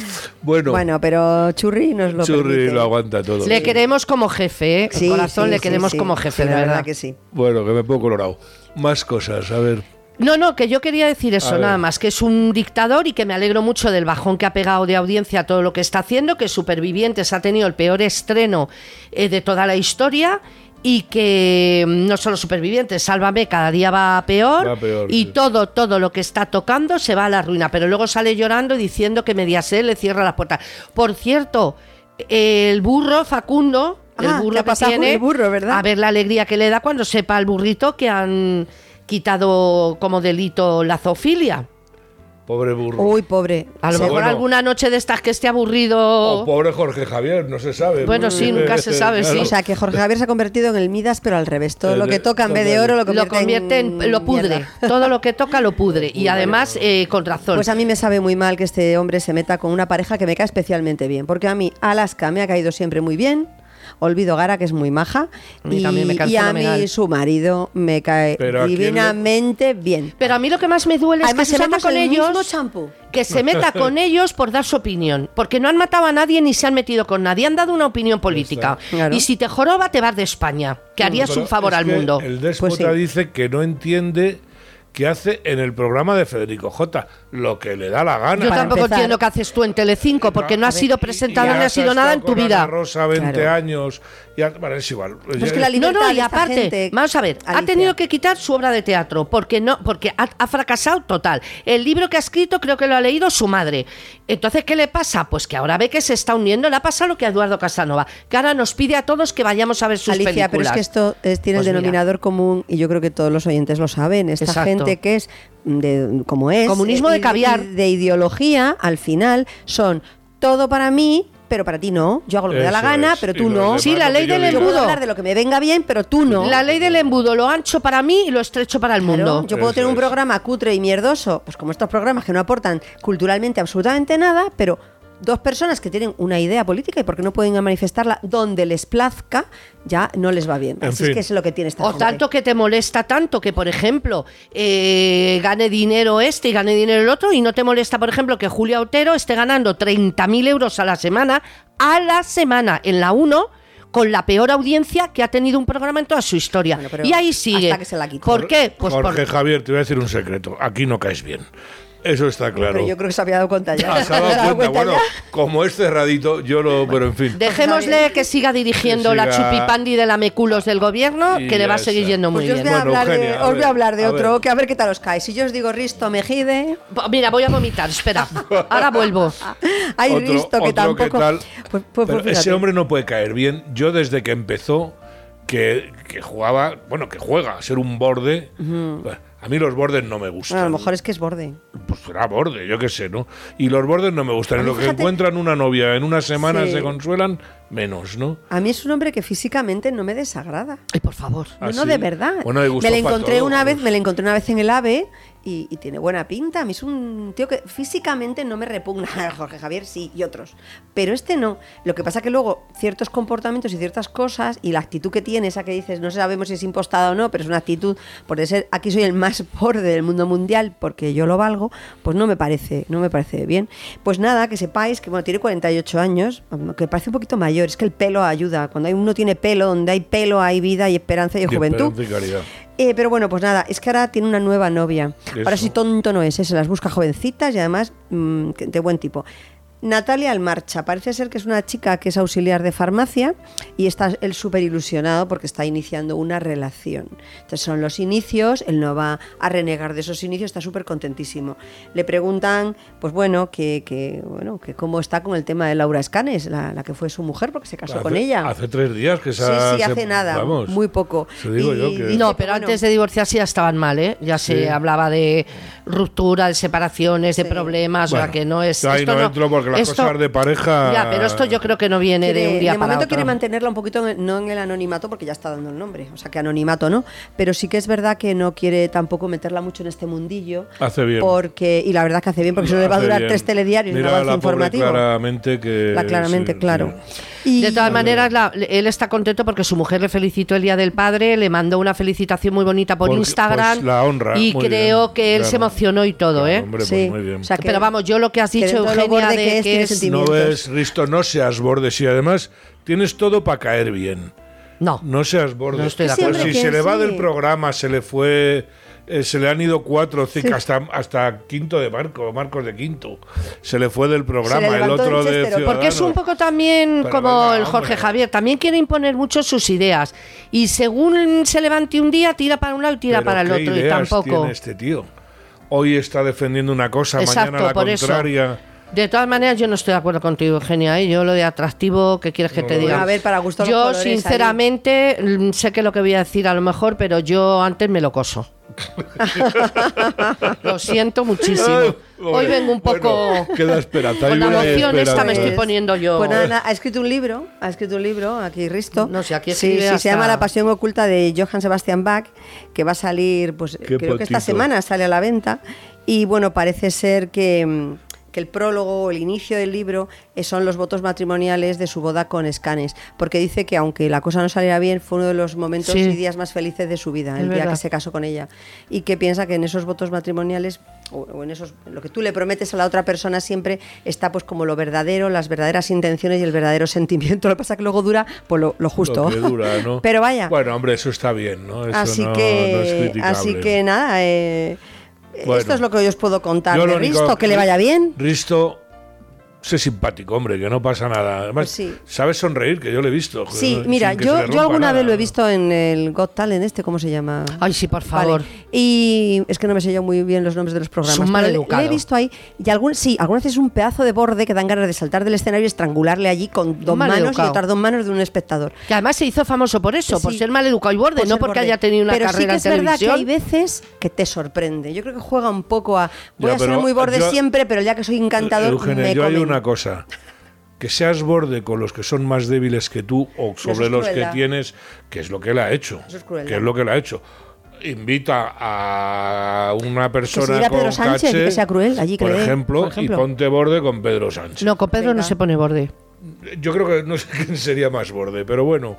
Speaker 1: Bueno,
Speaker 3: Bueno, pero Churri nos lo
Speaker 1: Churri
Speaker 3: permite.
Speaker 1: lo aguanta todo.
Speaker 2: Le queremos como jefe, ¿eh?
Speaker 3: Sí,
Speaker 2: corazón,
Speaker 3: sí,
Speaker 2: le
Speaker 3: sí,
Speaker 2: queremos
Speaker 3: sí.
Speaker 2: como jefe,
Speaker 3: Sí,
Speaker 2: de
Speaker 3: la
Speaker 2: verdad.
Speaker 3: verdad que sí.
Speaker 1: Bueno, que me pongo colorado. Más cosas, a ver.
Speaker 2: No, no, que yo quería decir eso
Speaker 1: ver.
Speaker 2: nada más, que es un dictador y que me alegro mucho del bajón que ha pegado de audiencia a todo lo que está haciendo, que Supervivientes ha tenido el peor estreno eh, de toda la historia y que mm, no solo Supervivientes, Sálvame cada día va peor,
Speaker 1: Va peor,
Speaker 2: y
Speaker 1: sí.
Speaker 2: todo, todo lo que está tocando se va a la ruina, pero luego sale llorando y diciendo que Mediaset le cierra las puertas. Por cierto, el burro Facundo... El
Speaker 3: Ah, le
Speaker 2: burro
Speaker 3: ha
Speaker 2: que
Speaker 3: pasado
Speaker 2: tiene,
Speaker 3: el burro, ¿verdad?
Speaker 2: A ver la alegría que le da cuando sepa el burrito que han quitado como delito la zoofilia.
Speaker 1: Pobre burro.
Speaker 2: Oh.
Speaker 3: Uy, pobre.
Speaker 2: A lo
Speaker 1: Sí,
Speaker 2: mejor
Speaker 1: bueno.
Speaker 2: alguna noche de estas que esté
Speaker 1: O
Speaker 2: aburrido.
Speaker 1: pobre Jorge Javier, no se sabe.
Speaker 2: Bueno, sí, nunca se sabe, sí.
Speaker 3: O sea, que Jorge Javier se ha convertido en el Midas, pero al revés. Todo
Speaker 1: El
Speaker 3: lo que
Speaker 1: de-
Speaker 3: toca en vez de
Speaker 1: total.
Speaker 3: oro lo convierte,
Speaker 2: lo convierte en, lo pudre.
Speaker 3: mierda.
Speaker 2: Todo lo que toca lo pudre. Y además, eh, con razón.
Speaker 3: Pues a mí me sabe muy mal que este hombre se meta con una pareja que me cae especialmente bien, porque a mí Alaska me ha caído siempre muy bien. Olvido Gara, que es muy maja.
Speaker 2: A mí
Speaker 3: y,
Speaker 2: también me cae
Speaker 3: y a
Speaker 2: fenomenal.
Speaker 3: mí su marido me cae
Speaker 1: Pero ¿a quién le-
Speaker 3: divinamente bien.
Speaker 2: Pero a mí lo que más me duele
Speaker 3: Además,
Speaker 2: es que se meta
Speaker 3: usamos
Speaker 2: con
Speaker 3: el
Speaker 2: ellos.
Speaker 3: mismo champú.
Speaker 2: Que se meta con ellos por dar su opinión. Porque no han matado a nadie ni se han metido con nadie. Han dado una opinión política.
Speaker 3: Claro.
Speaker 2: Y si te joroba, te vas de España. Que harías
Speaker 1: Pero
Speaker 2: un favor
Speaker 1: es
Speaker 2: al
Speaker 1: que
Speaker 2: mundo.
Speaker 1: El déspota
Speaker 3: Pues sí.
Speaker 1: dice que no entiende qué hace en el programa de Federico J. Lo que le da la gana.
Speaker 2: Yo
Speaker 3: Para
Speaker 2: tampoco
Speaker 3: empezar.
Speaker 2: entiendo qué haces tú en Telecinco, porque no has sido presentado
Speaker 1: ni
Speaker 2: ni has sido nada en tu vida.
Speaker 1: Rosa 20
Speaker 3: Claro.
Speaker 1: años. y ha- bueno, es igual.
Speaker 3: es que la li-
Speaker 2: No, no,
Speaker 3: libertad
Speaker 2: y
Speaker 3: de esta
Speaker 2: aparte,
Speaker 3: gente,
Speaker 2: vamos a ver, ha
Speaker 3: Alicia.
Speaker 2: tenido que quitar su obra de teatro, porque no, porque ha, ha fracasado total. El libro que ha escrito creo que lo ha leído su madre. Entonces, ¿qué le pasa? Pues que ahora ve que se está uniendo, le ha pasado lo que a Eduardo Casanova, que ahora nos pide a todos que vayamos a ver sus
Speaker 3: Alicia,
Speaker 2: películas.
Speaker 3: pero es que esto es- tiene
Speaker 2: Pues
Speaker 3: el
Speaker 2: mira.
Speaker 3: denominador común y yo creo que todos los oyentes lo saben. Esta
Speaker 2: Exacto.
Speaker 3: gente que es de, como es.
Speaker 2: Comunismo de
Speaker 3: y-
Speaker 2: caviar.
Speaker 3: y De ideología, al final, son todo para mí, pero para ti no. Yo hago lo que me da la
Speaker 1: Eso
Speaker 3: gana,
Speaker 1: es.
Speaker 3: pero
Speaker 1: Y
Speaker 3: tú
Speaker 1: los
Speaker 3: no.
Speaker 1: demás
Speaker 2: Sí, la
Speaker 1: lo que
Speaker 2: ley
Speaker 1: yo
Speaker 2: del
Speaker 1: digo.
Speaker 3: Yo
Speaker 2: embudo.
Speaker 3: puedo hablar de lo que me venga bien, pero tú no.
Speaker 2: La ley del embudo, lo ancho para mí y lo estrecho para el
Speaker 3: Claro,
Speaker 2: mundo.
Speaker 3: yo puedo
Speaker 1: Eso
Speaker 3: tener un
Speaker 1: es.
Speaker 3: programa cutre y mierdoso, pues como estos programas que no aportan culturalmente absolutamente nada, pero dos personas que tienen una idea política y porque no pueden manifestarla donde les plazca, ya no les va bien.
Speaker 1: En
Speaker 3: Así
Speaker 1: fin.
Speaker 3: es que es lo que tiene esta
Speaker 2: O
Speaker 3: gente.
Speaker 2: tanto que te molesta tanto que, por ejemplo, eh, gane dinero este y gane dinero el otro, y no te molesta, por ejemplo, que Julia Otero esté ganando 30.000 euros a la semana, a la semana, en la 1, con la peor audiencia que ha tenido un programa en toda su historia.
Speaker 3: Bueno, pero
Speaker 2: y ahí sigue.
Speaker 3: hasta que se la quiten.
Speaker 2: ¿Por qué? Pues
Speaker 1: Jorge
Speaker 2: por-
Speaker 1: Javier, te voy a decir un secreto. Aquí no caes bien. Eso está claro.
Speaker 3: Pero yo creo que se había dado cuenta ya.
Speaker 1: Ah, se ha
Speaker 3: ¿Se ha
Speaker 1: dado
Speaker 3: dado
Speaker 1: cuenta. Bueno,
Speaker 3: ya?
Speaker 1: como es cerradito, yo lo. Pero en fin.
Speaker 2: Dejémosle que siga dirigiendo
Speaker 1: Que
Speaker 2: la
Speaker 1: siga-
Speaker 2: chupipandi de la Meculos del gobierno,
Speaker 1: Y
Speaker 2: que le va a
Speaker 1: ya
Speaker 2: seguir
Speaker 1: está.
Speaker 2: yendo muy
Speaker 3: Pues yo os
Speaker 2: bien.
Speaker 3: voy a
Speaker 1: Bueno,
Speaker 3: hablar de,
Speaker 1: Eugenia, a
Speaker 3: os voy a
Speaker 1: ver,
Speaker 3: hablar de
Speaker 1: a
Speaker 3: otro,
Speaker 1: ver.
Speaker 3: que a ver qué tal os cae. Si yo os digo Risto Mejide,
Speaker 2: Mira, voy a vomitar, espera. Ahora vuelvo.
Speaker 3: hay
Speaker 1: Otro-
Speaker 3: Risto que
Speaker 1: otro
Speaker 3: tampoco.
Speaker 1: tal.
Speaker 3: Pues-
Speaker 1: Pero
Speaker 3: pues- pues fíjate.
Speaker 1: ese hombre no puede caer bien. Yo desde que empezó, que, que jugaba, bueno, que juega a ser un borde, pues, A mí los bordes no me gustan.
Speaker 3: Bueno, a lo mejor es que es borde.
Speaker 1: Pues será borde, yo qué sé, ¿no? Y los bordes no me gustan.
Speaker 3: A
Speaker 1: En
Speaker 3: mí,
Speaker 1: lo que
Speaker 3: fíjate-
Speaker 1: encuentran una novia en una semana
Speaker 3: Sí.
Speaker 1: se consuelan, menos, ¿no?
Speaker 3: A mí es un hombre que físicamente no me desagrada.
Speaker 2: Ay, por favor.
Speaker 1: Ah,
Speaker 3: No, no,
Speaker 1: sí.
Speaker 3: de verdad.
Speaker 1: Bueno, hay gustos
Speaker 3: me le
Speaker 1: para
Speaker 3: encontré
Speaker 1: todo,
Speaker 3: una
Speaker 1: vamos.
Speaker 3: vez, me le encontré una vez en el AVE y, y tiene buena pinta. A mí es un tío que físicamente no me repugna. Jorge Javier sí y otros, pero este no. Lo que pasa que luego ciertos comportamientos y ciertas cosas y la actitud que tiene, esa que dices, no sabemos si es impostada o no, pero es una actitud por ser aquí soy el más borde del mundo mundial porque yo lo valgo, pues no me parece, no me parece bien. Pues nada, que sepáis que bueno, tiene 48 años, mm, que parece un poquito mayor, es que el pelo ayuda. Cuando hay- uno tiene pelo, donde hay pelo hay vida y esperanza y
Speaker 1: Y
Speaker 3: juventud.
Speaker 1: esperanza y caridad.
Speaker 3: Eh, pero bueno, pues nada, es que ahora tiene una nueva novia.
Speaker 1: Eso.
Speaker 3: Ahora sí tonto no es, ¿eh? se las busca jovencitas y además mm, que- de buen tipo. Natalia Almarcha, parece ser que es una chica que es auxiliar de farmacia y está él súper ilusionado porque está iniciando una relación. Entonces son los inicios, él no va a renegar de esos inicios, está súper contentísimo. Le preguntan, pues bueno, que, que, bueno, que cómo está con el tema de Laura Escanes, la, la que fue su mujer porque se casó
Speaker 1: Hace-
Speaker 3: con ella.
Speaker 1: Hace tres días que se ha-
Speaker 3: sí, sí,
Speaker 1: se-
Speaker 3: hace nada,
Speaker 1: vamos.
Speaker 3: muy poco.
Speaker 1: Se digo
Speaker 3: Y-
Speaker 1: yo que-
Speaker 3: y-
Speaker 1: Dice
Speaker 2: No, pero
Speaker 3: bueno,
Speaker 2: antes de divorciarse ya estaban mal, ¿eh? Ya
Speaker 1: Sí.
Speaker 2: se hablaba de ruptura, de separaciones, de
Speaker 3: Sí.
Speaker 2: problemas, o sea
Speaker 1: Bueno,
Speaker 2: que no es.
Speaker 1: yo ahí
Speaker 2: esto
Speaker 1: no entro porque las
Speaker 2: esto-
Speaker 1: cosas de pareja-
Speaker 2: Ya, pero esto yo creo que no viene de
Speaker 3: Quiere-
Speaker 2: un día para
Speaker 3: momento
Speaker 2: otro.
Speaker 3: quiere mantenerla un poquito en- no en el anonimato porque ya está dando el nombre, o sea que anonimato no, pero sí que es verdad que no quiere tampoco meterla mucho en este mundillo.
Speaker 1: Hace bien.
Speaker 3: Porque y la verdad es que hace bien porque solo le va a
Speaker 1: Hace
Speaker 3: durar
Speaker 1: bien.
Speaker 3: tres telediarios y un
Speaker 1: Mira
Speaker 3: avance
Speaker 1: la pobre
Speaker 3: informativo.
Speaker 1: claramente que...
Speaker 3: la claramente,
Speaker 1: sí,
Speaker 3: claro.
Speaker 1: sí.
Speaker 3: Y
Speaker 2: De todas maneras, la- él está contento porque su mujer le felicitó el Día del Padre, le mandó una felicitación muy bonita por
Speaker 1: Porque-
Speaker 2: Instagram.
Speaker 1: pues la honra,
Speaker 2: Y
Speaker 1: muy
Speaker 2: creo
Speaker 1: bien,
Speaker 2: que él
Speaker 1: claro.
Speaker 2: se emocionó y todo,
Speaker 1: Claro,
Speaker 2: ¿eh?
Speaker 1: hombre, pues
Speaker 3: Sí,
Speaker 1: muy bien.
Speaker 3: o sea, que-
Speaker 2: Pero vamos, yo lo que has
Speaker 3: que
Speaker 2: dicho,
Speaker 3: dentro de lo
Speaker 2: Eugenia,
Speaker 3: borde
Speaker 2: de
Speaker 3: que es, tiene
Speaker 2: que es...
Speaker 3: sentido.
Speaker 1: No
Speaker 3: sentimientos.
Speaker 1: ves, Risto, no seas bordes. Y además, tienes todo para caer bien.
Speaker 2: No.
Speaker 1: No seas bordes.
Speaker 2: No estoy de
Speaker 1: Pero
Speaker 2: acuerdo.
Speaker 1: si
Speaker 3: Siempre
Speaker 1: se
Speaker 3: que
Speaker 1: le va
Speaker 3: sí.
Speaker 1: del programa, se le fue. eh, se le han ido cuatro, cinco,
Speaker 3: Sí.
Speaker 1: hasta, hasta quinto de Marco, Marcos de quinto. Se le fue del
Speaker 3: Se
Speaker 1: programa,
Speaker 3: le
Speaker 1: el
Speaker 3: levantó
Speaker 1: otro
Speaker 3: del
Speaker 1: de
Speaker 3: chestero.
Speaker 1: Ciudadanos.
Speaker 2: Porque es un poco también
Speaker 1: Pero
Speaker 2: como
Speaker 1: venga,
Speaker 2: el Jorge
Speaker 1: hombre.
Speaker 2: Javier, también quiere imponer mucho sus ideas. Y según se levante un día, tira para un lado y tira
Speaker 1: Pero
Speaker 2: para el
Speaker 1: ¿qué
Speaker 2: otro. Y
Speaker 1: ideas
Speaker 2: tampoco.
Speaker 1: tiene este tío? Hoy está defendiendo una cosa,
Speaker 2: Exacto,
Speaker 1: mañana la
Speaker 2: por
Speaker 1: contraria.
Speaker 2: eso. De todas maneras, yo no estoy de acuerdo contigo, Eugenia. ¿eh? Yo lo de atractivo, ¿qué quieres que
Speaker 1: No,
Speaker 2: te
Speaker 1: no,
Speaker 2: diga?
Speaker 1: no. A
Speaker 3: ver, para gusto los
Speaker 2: Yo,
Speaker 3: colores, ahí.
Speaker 2: sinceramente, mm, sé que lo que voy a decir a lo mejor, pero yo antes me lo coso. lo siento muchísimo.
Speaker 1: Ay,
Speaker 2: Hoy
Speaker 1: pobre.
Speaker 2: vengo un
Speaker 1: Bueno,
Speaker 2: poco.
Speaker 1: queda esperanza,
Speaker 2: Con
Speaker 1: hay
Speaker 2: la
Speaker 1: una
Speaker 2: emoción esta me
Speaker 1: esperanza.
Speaker 2: estoy poniendo yo.
Speaker 3: Pues nada, nada, ha escrito un libro, ha escrito un libro, aquí Risto.
Speaker 2: No, si aquí
Speaker 3: sí,
Speaker 2: escribe
Speaker 3: sí, se
Speaker 2: hasta-
Speaker 3: llama La pasión oculta de Johann Sebastian Bach, que va a salir, pues creo que
Speaker 1: potito.
Speaker 3: esta semana sale a la venta. Y bueno, parece ser que, mm, que el prólogo, o el inicio del libro, eh, son los votos matrimoniales de su boda con Escanes, porque dice que aunque la cosa no saliera bien, fue uno de los momentos
Speaker 2: Sí.
Speaker 3: y días más felices de su vida,
Speaker 2: Es
Speaker 3: el día
Speaker 2: verdad.
Speaker 3: que se casó con ella. Y que piensa que en esos votos matrimoniales, o, o en esos, lo que tú le prometes a la otra persona siempre, está pues como lo verdadero, las verdaderas intenciones y el verdadero sentimiento. Lo que pasa es que luego dura pues lo, lo justo.
Speaker 1: Lo que dura, ¿no?
Speaker 3: Pero vaya.
Speaker 1: Bueno, hombre, eso está bien, ¿no? Eso
Speaker 3: así
Speaker 1: no- no es
Speaker 3: que
Speaker 1: criticable.
Speaker 3: así que nada, eh,
Speaker 1: Bueno.
Speaker 3: esto es lo que hoy os puedo contar
Speaker 1: Yo
Speaker 3: de
Speaker 1: lo único-
Speaker 3: Risto, que le vaya bien.
Speaker 1: Risto, sé simpático, hombre, que no pasa nada. Además,
Speaker 3: Pues sí.
Speaker 1: sabe sonreír, que yo lo he visto. joder,
Speaker 3: Sí,
Speaker 1: sin
Speaker 3: mira,
Speaker 1: que se le
Speaker 3: yo, yo
Speaker 1: rompa
Speaker 3: alguna
Speaker 1: nada.
Speaker 3: vez lo he visto en el Got Talent, este, ¿cómo se llama?
Speaker 2: Ay, sí, por
Speaker 3: Vale.
Speaker 2: favor.
Speaker 3: Y es que no me sé yo muy bien los nombres de los programas.
Speaker 2: Es un
Speaker 3: pero le-
Speaker 2: maleducado.
Speaker 3: le he visto ahí. Y algún, sí, algunas veces es un pedazo de borde que dan ganas de saltar del escenario y estrangularle allí con dos manos y
Speaker 2: maleducado.
Speaker 3: otras dos manos de un espectador.
Speaker 2: Que además se hizo famoso por eso, por
Speaker 3: Sí.
Speaker 2: ser maleducado y borde,
Speaker 3: Por
Speaker 2: no
Speaker 3: ser
Speaker 2: porque
Speaker 3: borde.
Speaker 2: haya tenido una
Speaker 3: pero
Speaker 2: carrera
Speaker 3: sí que es
Speaker 2: en
Speaker 3: verdad que
Speaker 2: televisión.
Speaker 3: hay veces que te sorprende. Yo creo que juega un poco a. Voy
Speaker 1: Ya,
Speaker 3: a ser
Speaker 1: pero
Speaker 3: muy borde
Speaker 1: yo- Eh,
Speaker 3: siempre, pero ya que soy encantador,
Speaker 1: Eugenia,
Speaker 3: me
Speaker 1: yo hay
Speaker 3: comen.
Speaker 1: una cosa. Que seas borde con los que son más débiles que tú o sobre
Speaker 3: es
Speaker 1: los que
Speaker 3: crueldad.
Speaker 1: tienes, que es lo que él ha hecho.
Speaker 3: Eso es crueldad.
Speaker 1: Que es lo que él ha hecho. Invita a una persona
Speaker 3: diga
Speaker 1: con
Speaker 3: Pedro Sánchez,
Speaker 1: caché,
Speaker 3: que sea cruel, allí
Speaker 1: por
Speaker 3: cree.
Speaker 1: ejemplo,
Speaker 2: Por ejemplo.
Speaker 1: y ponte borde con Pedro Sánchez.
Speaker 2: No, con Pedro no
Speaker 3: Venga.
Speaker 2: se pone borde.
Speaker 1: Yo creo que no sé quién sería más borde, pero bueno,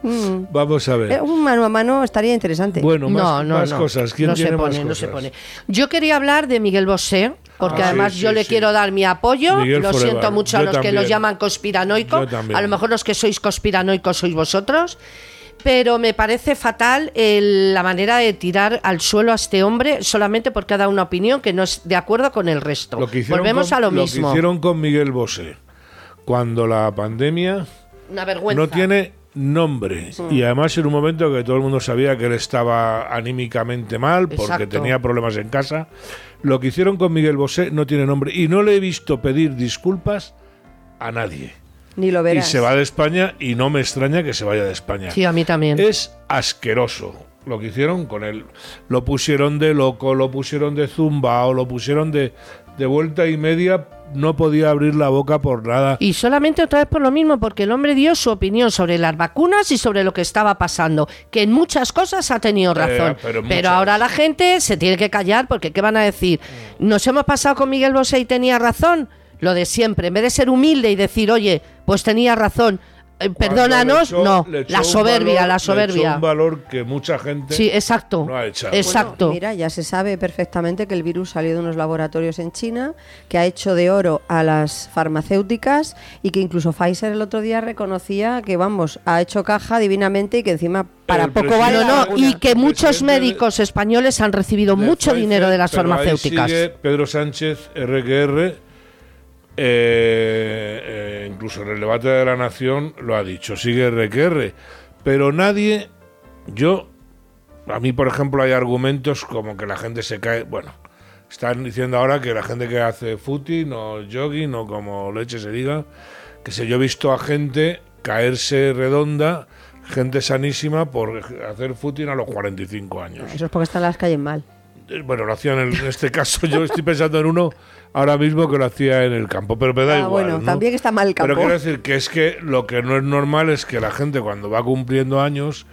Speaker 1: vamos a ver.
Speaker 3: Eh, Un mano a mano estaría interesante.
Speaker 1: Bueno, más,
Speaker 2: no, no,
Speaker 1: más
Speaker 2: no.
Speaker 1: cosas. ¿Quién
Speaker 2: no
Speaker 1: tiene
Speaker 2: se
Speaker 1: más
Speaker 2: pone, no
Speaker 1: cosas?
Speaker 2: se pone. Yo quería hablar de Miguel Bosé, porque
Speaker 1: Ah, sí,
Speaker 2: además
Speaker 1: sí,
Speaker 2: yo le
Speaker 1: sí.
Speaker 2: quiero dar mi apoyo.
Speaker 1: Miguel
Speaker 2: lo
Speaker 1: Forever.
Speaker 2: siento mucho a
Speaker 1: Yo
Speaker 2: los que
Speaker 1: también.
Speaker 2: los llaman conspiranoico.
Speaker 1: Yo también.
Speaker 2: A lo mejor los que sois conspiranoicos sois vosotros. Pero me parece fatal el- la manera de tirar al suelo a este hombre solamente porque ha dado una opinión que no es de acuerdo con el resto.
Speaker 1: Lo que hicieron
Speaker 2: Volvemos
Speaker 1: con-
Speaker 2: a lo
Speaker 1: que
Speaker 2: mismo.
Speaker 1: hicieron con Miguel Bosé cuando la pandemia
Speaker 2: Una vergüenza.
Speaker 1: no tiene nombre. Y además en un momento que todo el mundo sabía que él estaba anímicamente mal porque
Speaker 2: Exacto.
Speaker 1: tenía problemas en casa, lo que hicieron con Miguel Bosé no tiene nombre. Y no le he visto pedir disculpas a nadie.
Speaker 3: Ni lo verás.
Speaker 1: Y se va de España y no me extraña que se vaya de España.
Speaker 2: Sí, a mí también.
Speaker 1: Es asqueroso. lo que hicieron con él. Lo pusieron de loco, lo pusieron de zumba o lo pusieron de, de vuelta y media. No podía abrir la boca por nada.
Speaker 2: Y solamente otra vez por lo mismo, porque el hombre dio su opinión sobre las vacunas y sobre lo que estaba pasando, que en muchas cosas ha tenido razón.
Speaker 1: Eh, pero en muchas.
Speaker 2: ahora la gente se tiene que callar, porque ¿qué van a decir?
Speaker 1: Mm.
Speaker 2: Nos hemos pasado con Miguel Bosé y tenía razón. Lo de siempre, en vez de ser humilde y decir, oye, pues tenía razón, eh, perdónanos,
Speaker 1: Cuando
Speaker 2: no,
Speaker 1: le echó- le echó
Speaker 2: la
Speaker 1: un
Speaker 2: soberbia,
Speaker 1: valor-
Speaker 2: la
Speaker 1: Le echó
Speaker 2: soberbia.
Speaker 1: un valor que mucha gente.
Speaker 2: Sí, exacto.
Speaker 1: no ha echado.
Speaker 2: Exacto.
Speaker 3: Mira, ya se sabe perfectamente que el virus salió de unos laboratorios en China, que ha hecho de oro a las farmacéuticas y que incluso Pfizer el otro día reconocía que, vamos, ha hecho caja divinamente y que encima para
Speaker 1: El
Speaker 3: poco
Speaker 1: presidente-
Speaker 3: vale
Speaker 2: No,
Speaker 3: la
Speaker 2: no,
Speaker 3: vacuna.
Speaker 2: y que
Speaker 1: El
Speaker 2: muchos
Speaker 1: presidente de-
Speaker 2: médicos españoles han recibido mucho
Speaker 1: Pfizer,
Speaker 2: dinero de las
Speaker 1: pero ahí
Speaker 2: farmacéuticas.
Speaker 1: sigue Pedro Sánchez, RQR, eh, eh, incluso en el debate de la Nación lo ha dicho, sigue RQR. Pero nadie, yo, a mí por ejemplo hay argumentos como que la gente se cae, bueno, están diciendo ahora que la gente que hace footing o jogging o como leche se diga, que sé, yo he visto a gente caerse redonda, gente sanísima por hacer footing a los 45 años.
Speaker 3: Eso es porque están las calles mal.
Speaker 1: Eh, Bueno, lo hacían en, en este caso. Yo estoy pensando en uno ahora mismo que lo hacía en el campo, pero me da
Speaker 3: Ah,
Speaker 1: igual.
Speaker 3: bueno,
Speaker 1: ¿no?
Speaker 3: también está mal el campo.
Speaker 1: Pero quiero decir que es que lo que no es normal es que la gente cuando va cumpliendo años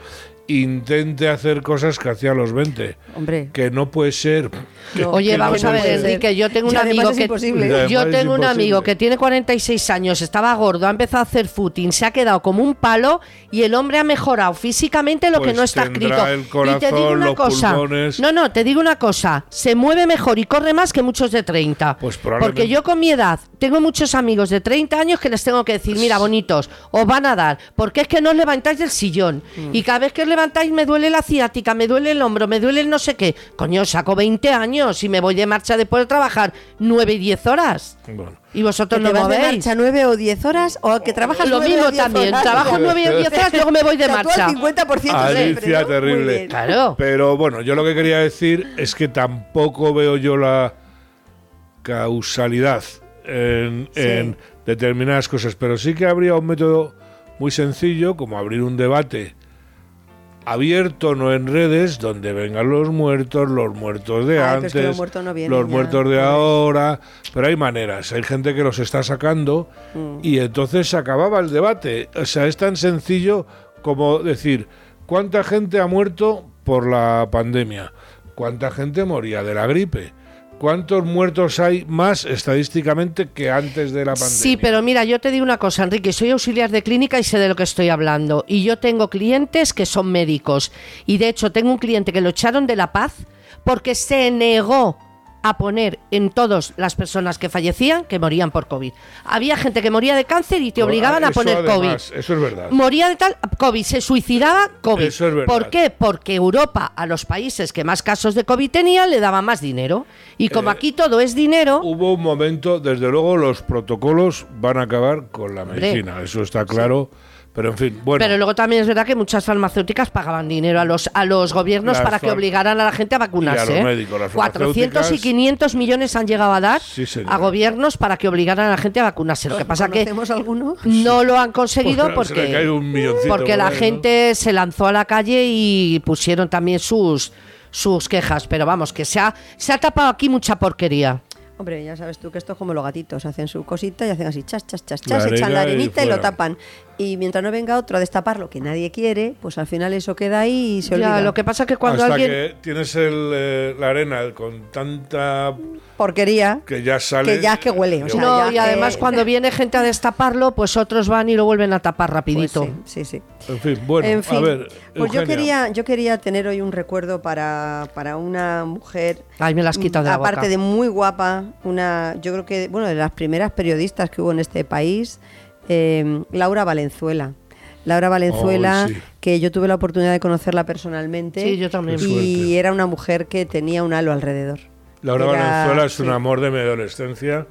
Speaker 1: intente hacer cosas que hacía a los 20.
Speaker 3: Hombre.
Speaker 1: Que no puede ser. Que-
Speaker 2: Oye,
Speaker 1: que
Speaker 2: vamos
Speaker 1: no
Speaker 2: a ver,
Speaker 1: puede ser.
Speaker 2: Enrique, yo tengo
Speaker 3: Y
Speaker 2: un
Speaker 3: además
Speaker 2: amigo
Speaker 3: es
Speaker 2: que
Speaker 3: imposible.
Speaker 1: Y además
Speaker 2: yo
Speaker 1: es
Speaker 2: tengo un
Speaker 1: imposible.
Speaker 2: amigo que tiene 46 años, estaba gordo, ha empezado a hacer footing, se ha quedado como un palo y el hombre ha mejorado físicamente lo que
Speaker 1: Pues
Speaker 2: no está
Speaker 1: tendrá
Speaker 2: escrito.
Speaker 1: el
Speaker 2: y te digo
Speaker 1: corazón,
Speaker 2: una
Speaker 1: los
Speaker 2: cosa,
Speaker 1: pulmones.
Speaker 2: no, no, te digo una cosa, se mueve mejor y corre más que muchos de 30.
Speaker 1: Pues probablemente.
Speaker 2: Porque yo con mi edad tengo muchos amigos de 30 años que les tengo que
Speaker 1: Pues
Speaker 2: decir, mira, bonitos, os van a dar, porque es que no os levantáis del sillón.
Speaker 1: Mm.
Speaker 2: Y cada vez que os levantáis me duele la ciática, me duele el hombro, me duele el no sé qué. Coño, saco 20 años y me voy de marcha después de trabajar 9 y 10 horas.
Speaker 1: Bueno,
Speaker 2: Y vosotros
Speaker 3: ¿Que
Speaker 2: no
Speaker 3: te vas de
Speaker 2: movéis.
Speaker 3: marcha nueve o diez horas o que trabajas
Speaker 2: Lo
Speaker 3: nueve o
Speaker 2: mismo
Speaker 3: diez
Speaker 2: también,
Speaker 3: horas?
Speaker 2: trabajo nueve o diez horas, luego me voy de
Speaker 3: O sea, tú al
Speaker 2: marcha.
Speaker 3: 50% siempre,
Speaker 1: Alicia,
Speaker 3: ¿no? Muy
Speaker 1: terrible.
Speaker 3: bien.
Speaker 2: Claro.
Speaker 1: Pero bueno, yo lo que quería decir es que tampoco veo yo la causalidad en, en determinadas cosas, pero sí que habría un método muy sencillo, como abrir un debate abierto, no en redes, donde vengan los muertos, los muertos de
Speaker 3: Ay, Ah, pero
Speaker 1: antes,
Speaker 3: es que los muertos no vienen
Speaker 1: los
Speaker 3: ya, Ah,
Speaker 1: muertos de
Speaker 3: pobre.
Speaker 1: ahora, pero hay maneras, hay gente que los está sacando
Speaker 2: Mm.
Speaker 1: y entonces se acababa el debate. O sea, es tan sencillo como decir, ¿cuánta gente ha muerto por la pandemia? ¿Cuánta gente moría de la gripe? ¿Cuántos muertos hay más estadísticamente que antes de la pandemia?
Speaker 2: Sí, pero mira, yo te digo una cosa, Enrique, soy auxiliar de clínica y sé de lo que estoy hablando. Y yo tengo clientes que son médicos. Y de hecho, tengo un cliente que lo echaron de La Paz porque se negó a poner en todas las personas que fallecían que morían por COVID. Había gente que moría de cáncer y te obligaban a
Speaker 1: Eso
Speaker 2: poner
Speaker 1: además,
Speaker 2: COVID.
Speaker 1: Eso es verdad.
Speaker 2: Moría de tal COVID, se suicidaba COVID.
Speaker 1: Eso es verdad.
Speaker 2: ¿Por qué? Porque Europa a los países que más casos de COVID tenían le daba más dinero. Y como
Speaker 1: Eh,
Speaker 2: aquí todo es dinero,
Speaker 1: Hubo un momento, desde luego los protocolos van a acabar con la medicina, eso está claro, pero en fin, bueno.
Speaker 2: Pero luego también es verdad que muchas farmacéuticas pagaban dinero a los a los gobiernos
Speaker 1: Las
Speaker 2: para que
Speaker 1: far-
Speaker 2: obligaran a la gente a vacunarse.
Speaker 1: y a los
Speaker 2: ¿eh?
Speaker 1: médicos, las
Speaker 2: 400 y
Speaker 1: farmacéuticas-
Speaker 2: 500 millones han llegado a dar
Speaker 1: Sí, señor.
Speaker 2: a gobiernos para que obligaran a la gente a vacunarse. Lo que pasa que
Speaker 3: ¿Conocemos alguno?
Speaker 2: no lo han conseguido
Speaker 1: Pues, se le
Speaker 2: porque
Speaker 1: cae un milloncito
Speaker 2: porque
Speaker 1: por
Speaker 2: la
Speaker 1: ahí, ¿no?
Speaker 2: gente se lanzó a la calle y pusieron también sus sus quejas, pero vamos, que se ha, se ha tapado aquí mucha porquería.
Speaker 3: Hombre, ya sabes tú que esto es como los gatitos, hacen su cosita y hacen así, chas, chas, chas, chas,
Speaker 1: La
Speaker 3: echan la
Speaker 1: arena y
Speaker 3: arenita y, lo
Speaker 1: fuera.
Speaker 3: tapan. Y mientras no venga otro a destapar lo que nadie quiere, pues al final eso queda ahí y se
Speaker 2: Ya,
Speaker 3: olvida.
Speaker 2: lo que pasa es que cuando
Speaker 1: Hasta
Speaker 2: alguien
Speaker 1: que tienes el, eh, la arena con tanta
Speaker 3: Porquería.
Speaker 1: que ya sale.
Speaker 3: Que ya es que huele, o sea,
Speaker 2: no,
Speaker 3: ya
Speaker 2: y además
Speaker 3: que-
Speaker 2: cuando viene gente a destaparlo, pues otros van y lo vuelven a tapar
Speaker 3: Pues
Speaker 2: rapidito.
Speaker 3: sí, sí, sí.
Speaker 1: En fin, bueno,
Speaker 3: en fin,
Speaker 1: a ver.
Speaker 3: pues yo
Speaker 1: Eugenia,
Speaker 3: quería, yo quería tener hoy un recuerdo para, para una mujer.
Speaker 2: Ay, me las quito de la
Speaker 3: Aparte
Speaker 2: boca.
Speaker 3: de muy guapa, una, yo creo que, bueno, de las primeras periodistas que hubo en este país, eh, Laura Valenzuela. Laura Valenzuela,
Speaker 1: sí.
Speaker 3: que yo tuve la oportunidad de conocerla personalmente.
Speaker 2: Sí, yo también.
Speaker 1: Qué
Speaker 3: Y
Speaker 1: suerte.
Speaker 3: era una mujer que tenía un halo alrededor.
Speaker 1: Laura
Speaker 3: Era-
Speaker 1: Valenzuela es un
Speaker 3: sí.
Speaker 1: amor de mi adolescencia,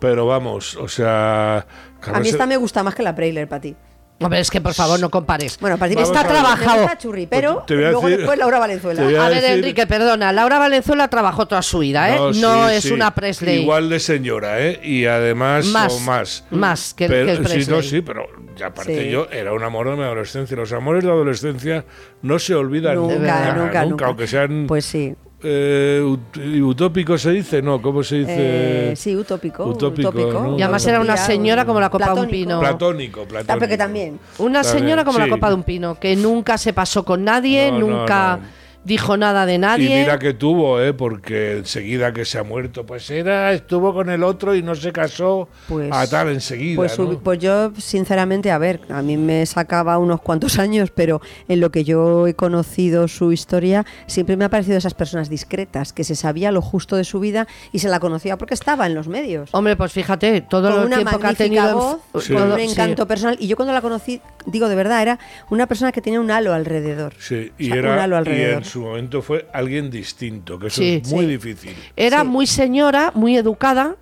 Speaker 1: pero vamos, o sea.
Speaker 3: A mí esta me gusta más que la Preyler para ti.
Speaker 2: Hombre, es que por favor no compares.
Speaker 3: Bueno, a partir de
Speaker 1: Vamos
Speaker 2: está
Speaker 1: a ver.
Speaker 2: trabajado.
Speaker 3: Está churri, pero
Speaker 1: Pues Te voy a
Speaker 3: luego
Speaker 1: decir-
Speaker 3: después Laura Valenzuela.
Speaker 1: te voy
Speaker 2: A ver,
Speaker 1: decir-
Speaker 2: Enrique, perdona. Laura Valenzuela trabajó toda su vida, ¿eh? No,
Speaker 1: sí,
Speaker 2: es
Speaker 1: sí.
Speaker 2: una Presley.
Speaker 1: Igual de señora, ¿eh? Y además,
Speaker 2: Más,
Speaker 1: o más.
Speaker 2: más que-
Speaker 1: Pero-
Speaker 2: que el
Speaker 1: Sí, no,
Speaker 2: Presley.
Speaker 1: sí, pero y aparte
Speaker 3: Sí.
Speaker 1: yo era un amor de mi adolescencia. Los amores de adolescencia no se olvidan
Speaker 3: Nunca,
Speaker 1: nunca.
Speaker 3: nunca, nunca,
Speaker 1: Aunque sean
Speaker 3: Pues sí.
Speaker 1: eh, ut- utópicos, se dice. No, ¿cómo se dice?
Speaker 3: Eh, sí, utópico.
Speaker 1: utópico, ¿no?
Speaker 2: Y además era una
Speaker 3: utopía,
Speaker 2: señora como la copa de un
Speaker 3: platónico.
Speaker 2: pino.
Speaker 1: Platónico, platónico.
Speaker 3: Ah, pero que también.
Speaker 2: Una
Speaker 1: Está
Speaker 2: señora
Speaker 1: bien,
Speaker 2: como
Speaker 1: sí.
Speaker 2: la copa de un pino, que nunca se pasó con nadie,
Speaker 1: No, no,
Speaker 2: nunca
Speaker 1: no.
Speaker 2: dijo nada de
Speaker 1: Y
Speaker 2: nadie.
Speaker 1: mira que tuvo, ¿eh? porque enseguida que se ha muerto, pues era, estuvo con el otro y no se casó
Speaker 3: Pues-
Speaker 1: a tal enseguida.
Speaker 3: Pues,
Speaker 1: ¿no?
Speaker 3: hubi- pues yo, sinceramente, a ver, a mí me sacaba unos cuantos años, pero en lo que yo he conocido su historia, siempre me ha parecido esas personas discretas, que se sabía lo justo de su vida y se la conocía porque estaba en los medios.
Speaker 2: Hombre, pues fíjate, todo
Speaker 3: con
Speaker 2: el
Speaker 3: una
Speaker 2: tiempo que ha
Speaker 3: magnífica
Speaker 2: tenido.
Speaker 3: voz,
Speaker 2: en-
Speaker 1: Sí.
Speaker 3: con
Speaker 2: todo-
Speaker 3: un
Speaker 2: sí.
Speaker 3: encanto personal. Y yo cuando la conocí, digo de verdad, era una persona que tenía un halo alrededor.
Speaker 1: Sí,
Speaker 3: O
Speaker 1: y,
Speaker 3: sea, un halo
Speaker 1: era, y
Speaker 3: alrededor.
Speaker 1: en su momento fue alguien distinto, que eso
Speaker 2: Sí.
Speaker 1: es muy
Speaker 3: Sí.
Speaker 1: difícil.
Speaker 2: Era
Speaker 3: Sí.
Speaker 2: muy señora, muy educada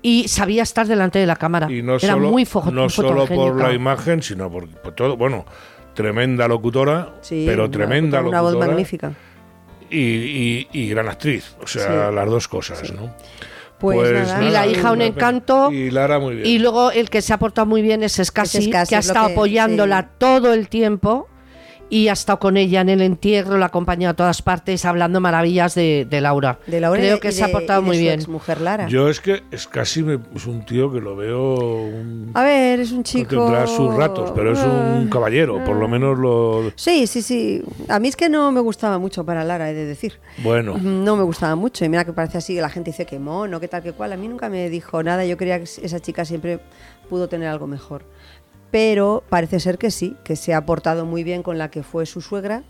Speaker 2: y sabía estar delante de la
Speaker 3: Ah,
Speaker 2: cámara.
Speaker 1: Y no
Speaker 2: Era
Speaker 1: solo,
Speaker 2: muy fojo-
Speaker 1: no solo por
Speaker 2: fotogénica.
Speaker 1: la imagen, sino por, por todo. Bueno, tremenda locutora,
Speaker 3: Sí,
Speaker 1: pero
Speaker 3: una-
Speaker 1: tremenda
Speaker 3: Una
Speaker 1: locutora.
Speaker 3: voz magnífica.
Speaker 1: Y, y- y gran actriz, o sea,
Speaker 3: Sí.
Speaker 1: las dos cosas, ¿no?
Speaker 3: Pues nada.
Speaker 2: Y la hija, un
Speaker 1: una pena.
Speaker 2: encanto.
Speaker 1: Y Lara, muy bien.
Speaker 2: Y luego el que se ha portado muy bien es Escasi,
Speaker 3: Es Escasi,
Speaker 2: que ha
Speaker 3: es lo
Speaker 2: estado
Speaker 3: que-
Speaker 2: apoyándola
Speaker 3: sí.
Speaker 2: todo el tiempo y ha estado con ella en el entierro, la ha acompañado a todas partes, hablando maravillas de, de Laura.
Speaker 3: De Laura y
Speaker 2: Creo
Speaker 3: de-
Speaker 2: que
Speaker 3: y
Speaker 2: se ha
Speaker 3: de-
Speaker 2: portado
Speaker 3: y de
Speaker 2: muy
Speaker 3: su
Speaker 2: bien.
Speaker 3: exmujer Lara.
Speaker 1: Yo es que es casi me- es un tío que lo veo. un-
Speaker 3: A ver, es un Ah, chico.
Speaker 1: Tendrá sus ratos, pero es un
Speaker 3: Ah.
Speaker 1: caballero, por lo menos lo.
Speaker 3: Sí, sí, sí. A mí es que no me gustaba mucho para Lara, he de decir.
Speaker 1: Bueno.
Speaker 3: No me gustaba mucho. Y mira que parece así, que la gente dice que mono, que tal, que cual. A mí nunca me dijo nada. Yo creía que esa chica siempre pudo tener algo mejor. Pero parece ser que sí, que se ha portado muy bien con la que fue su suegra,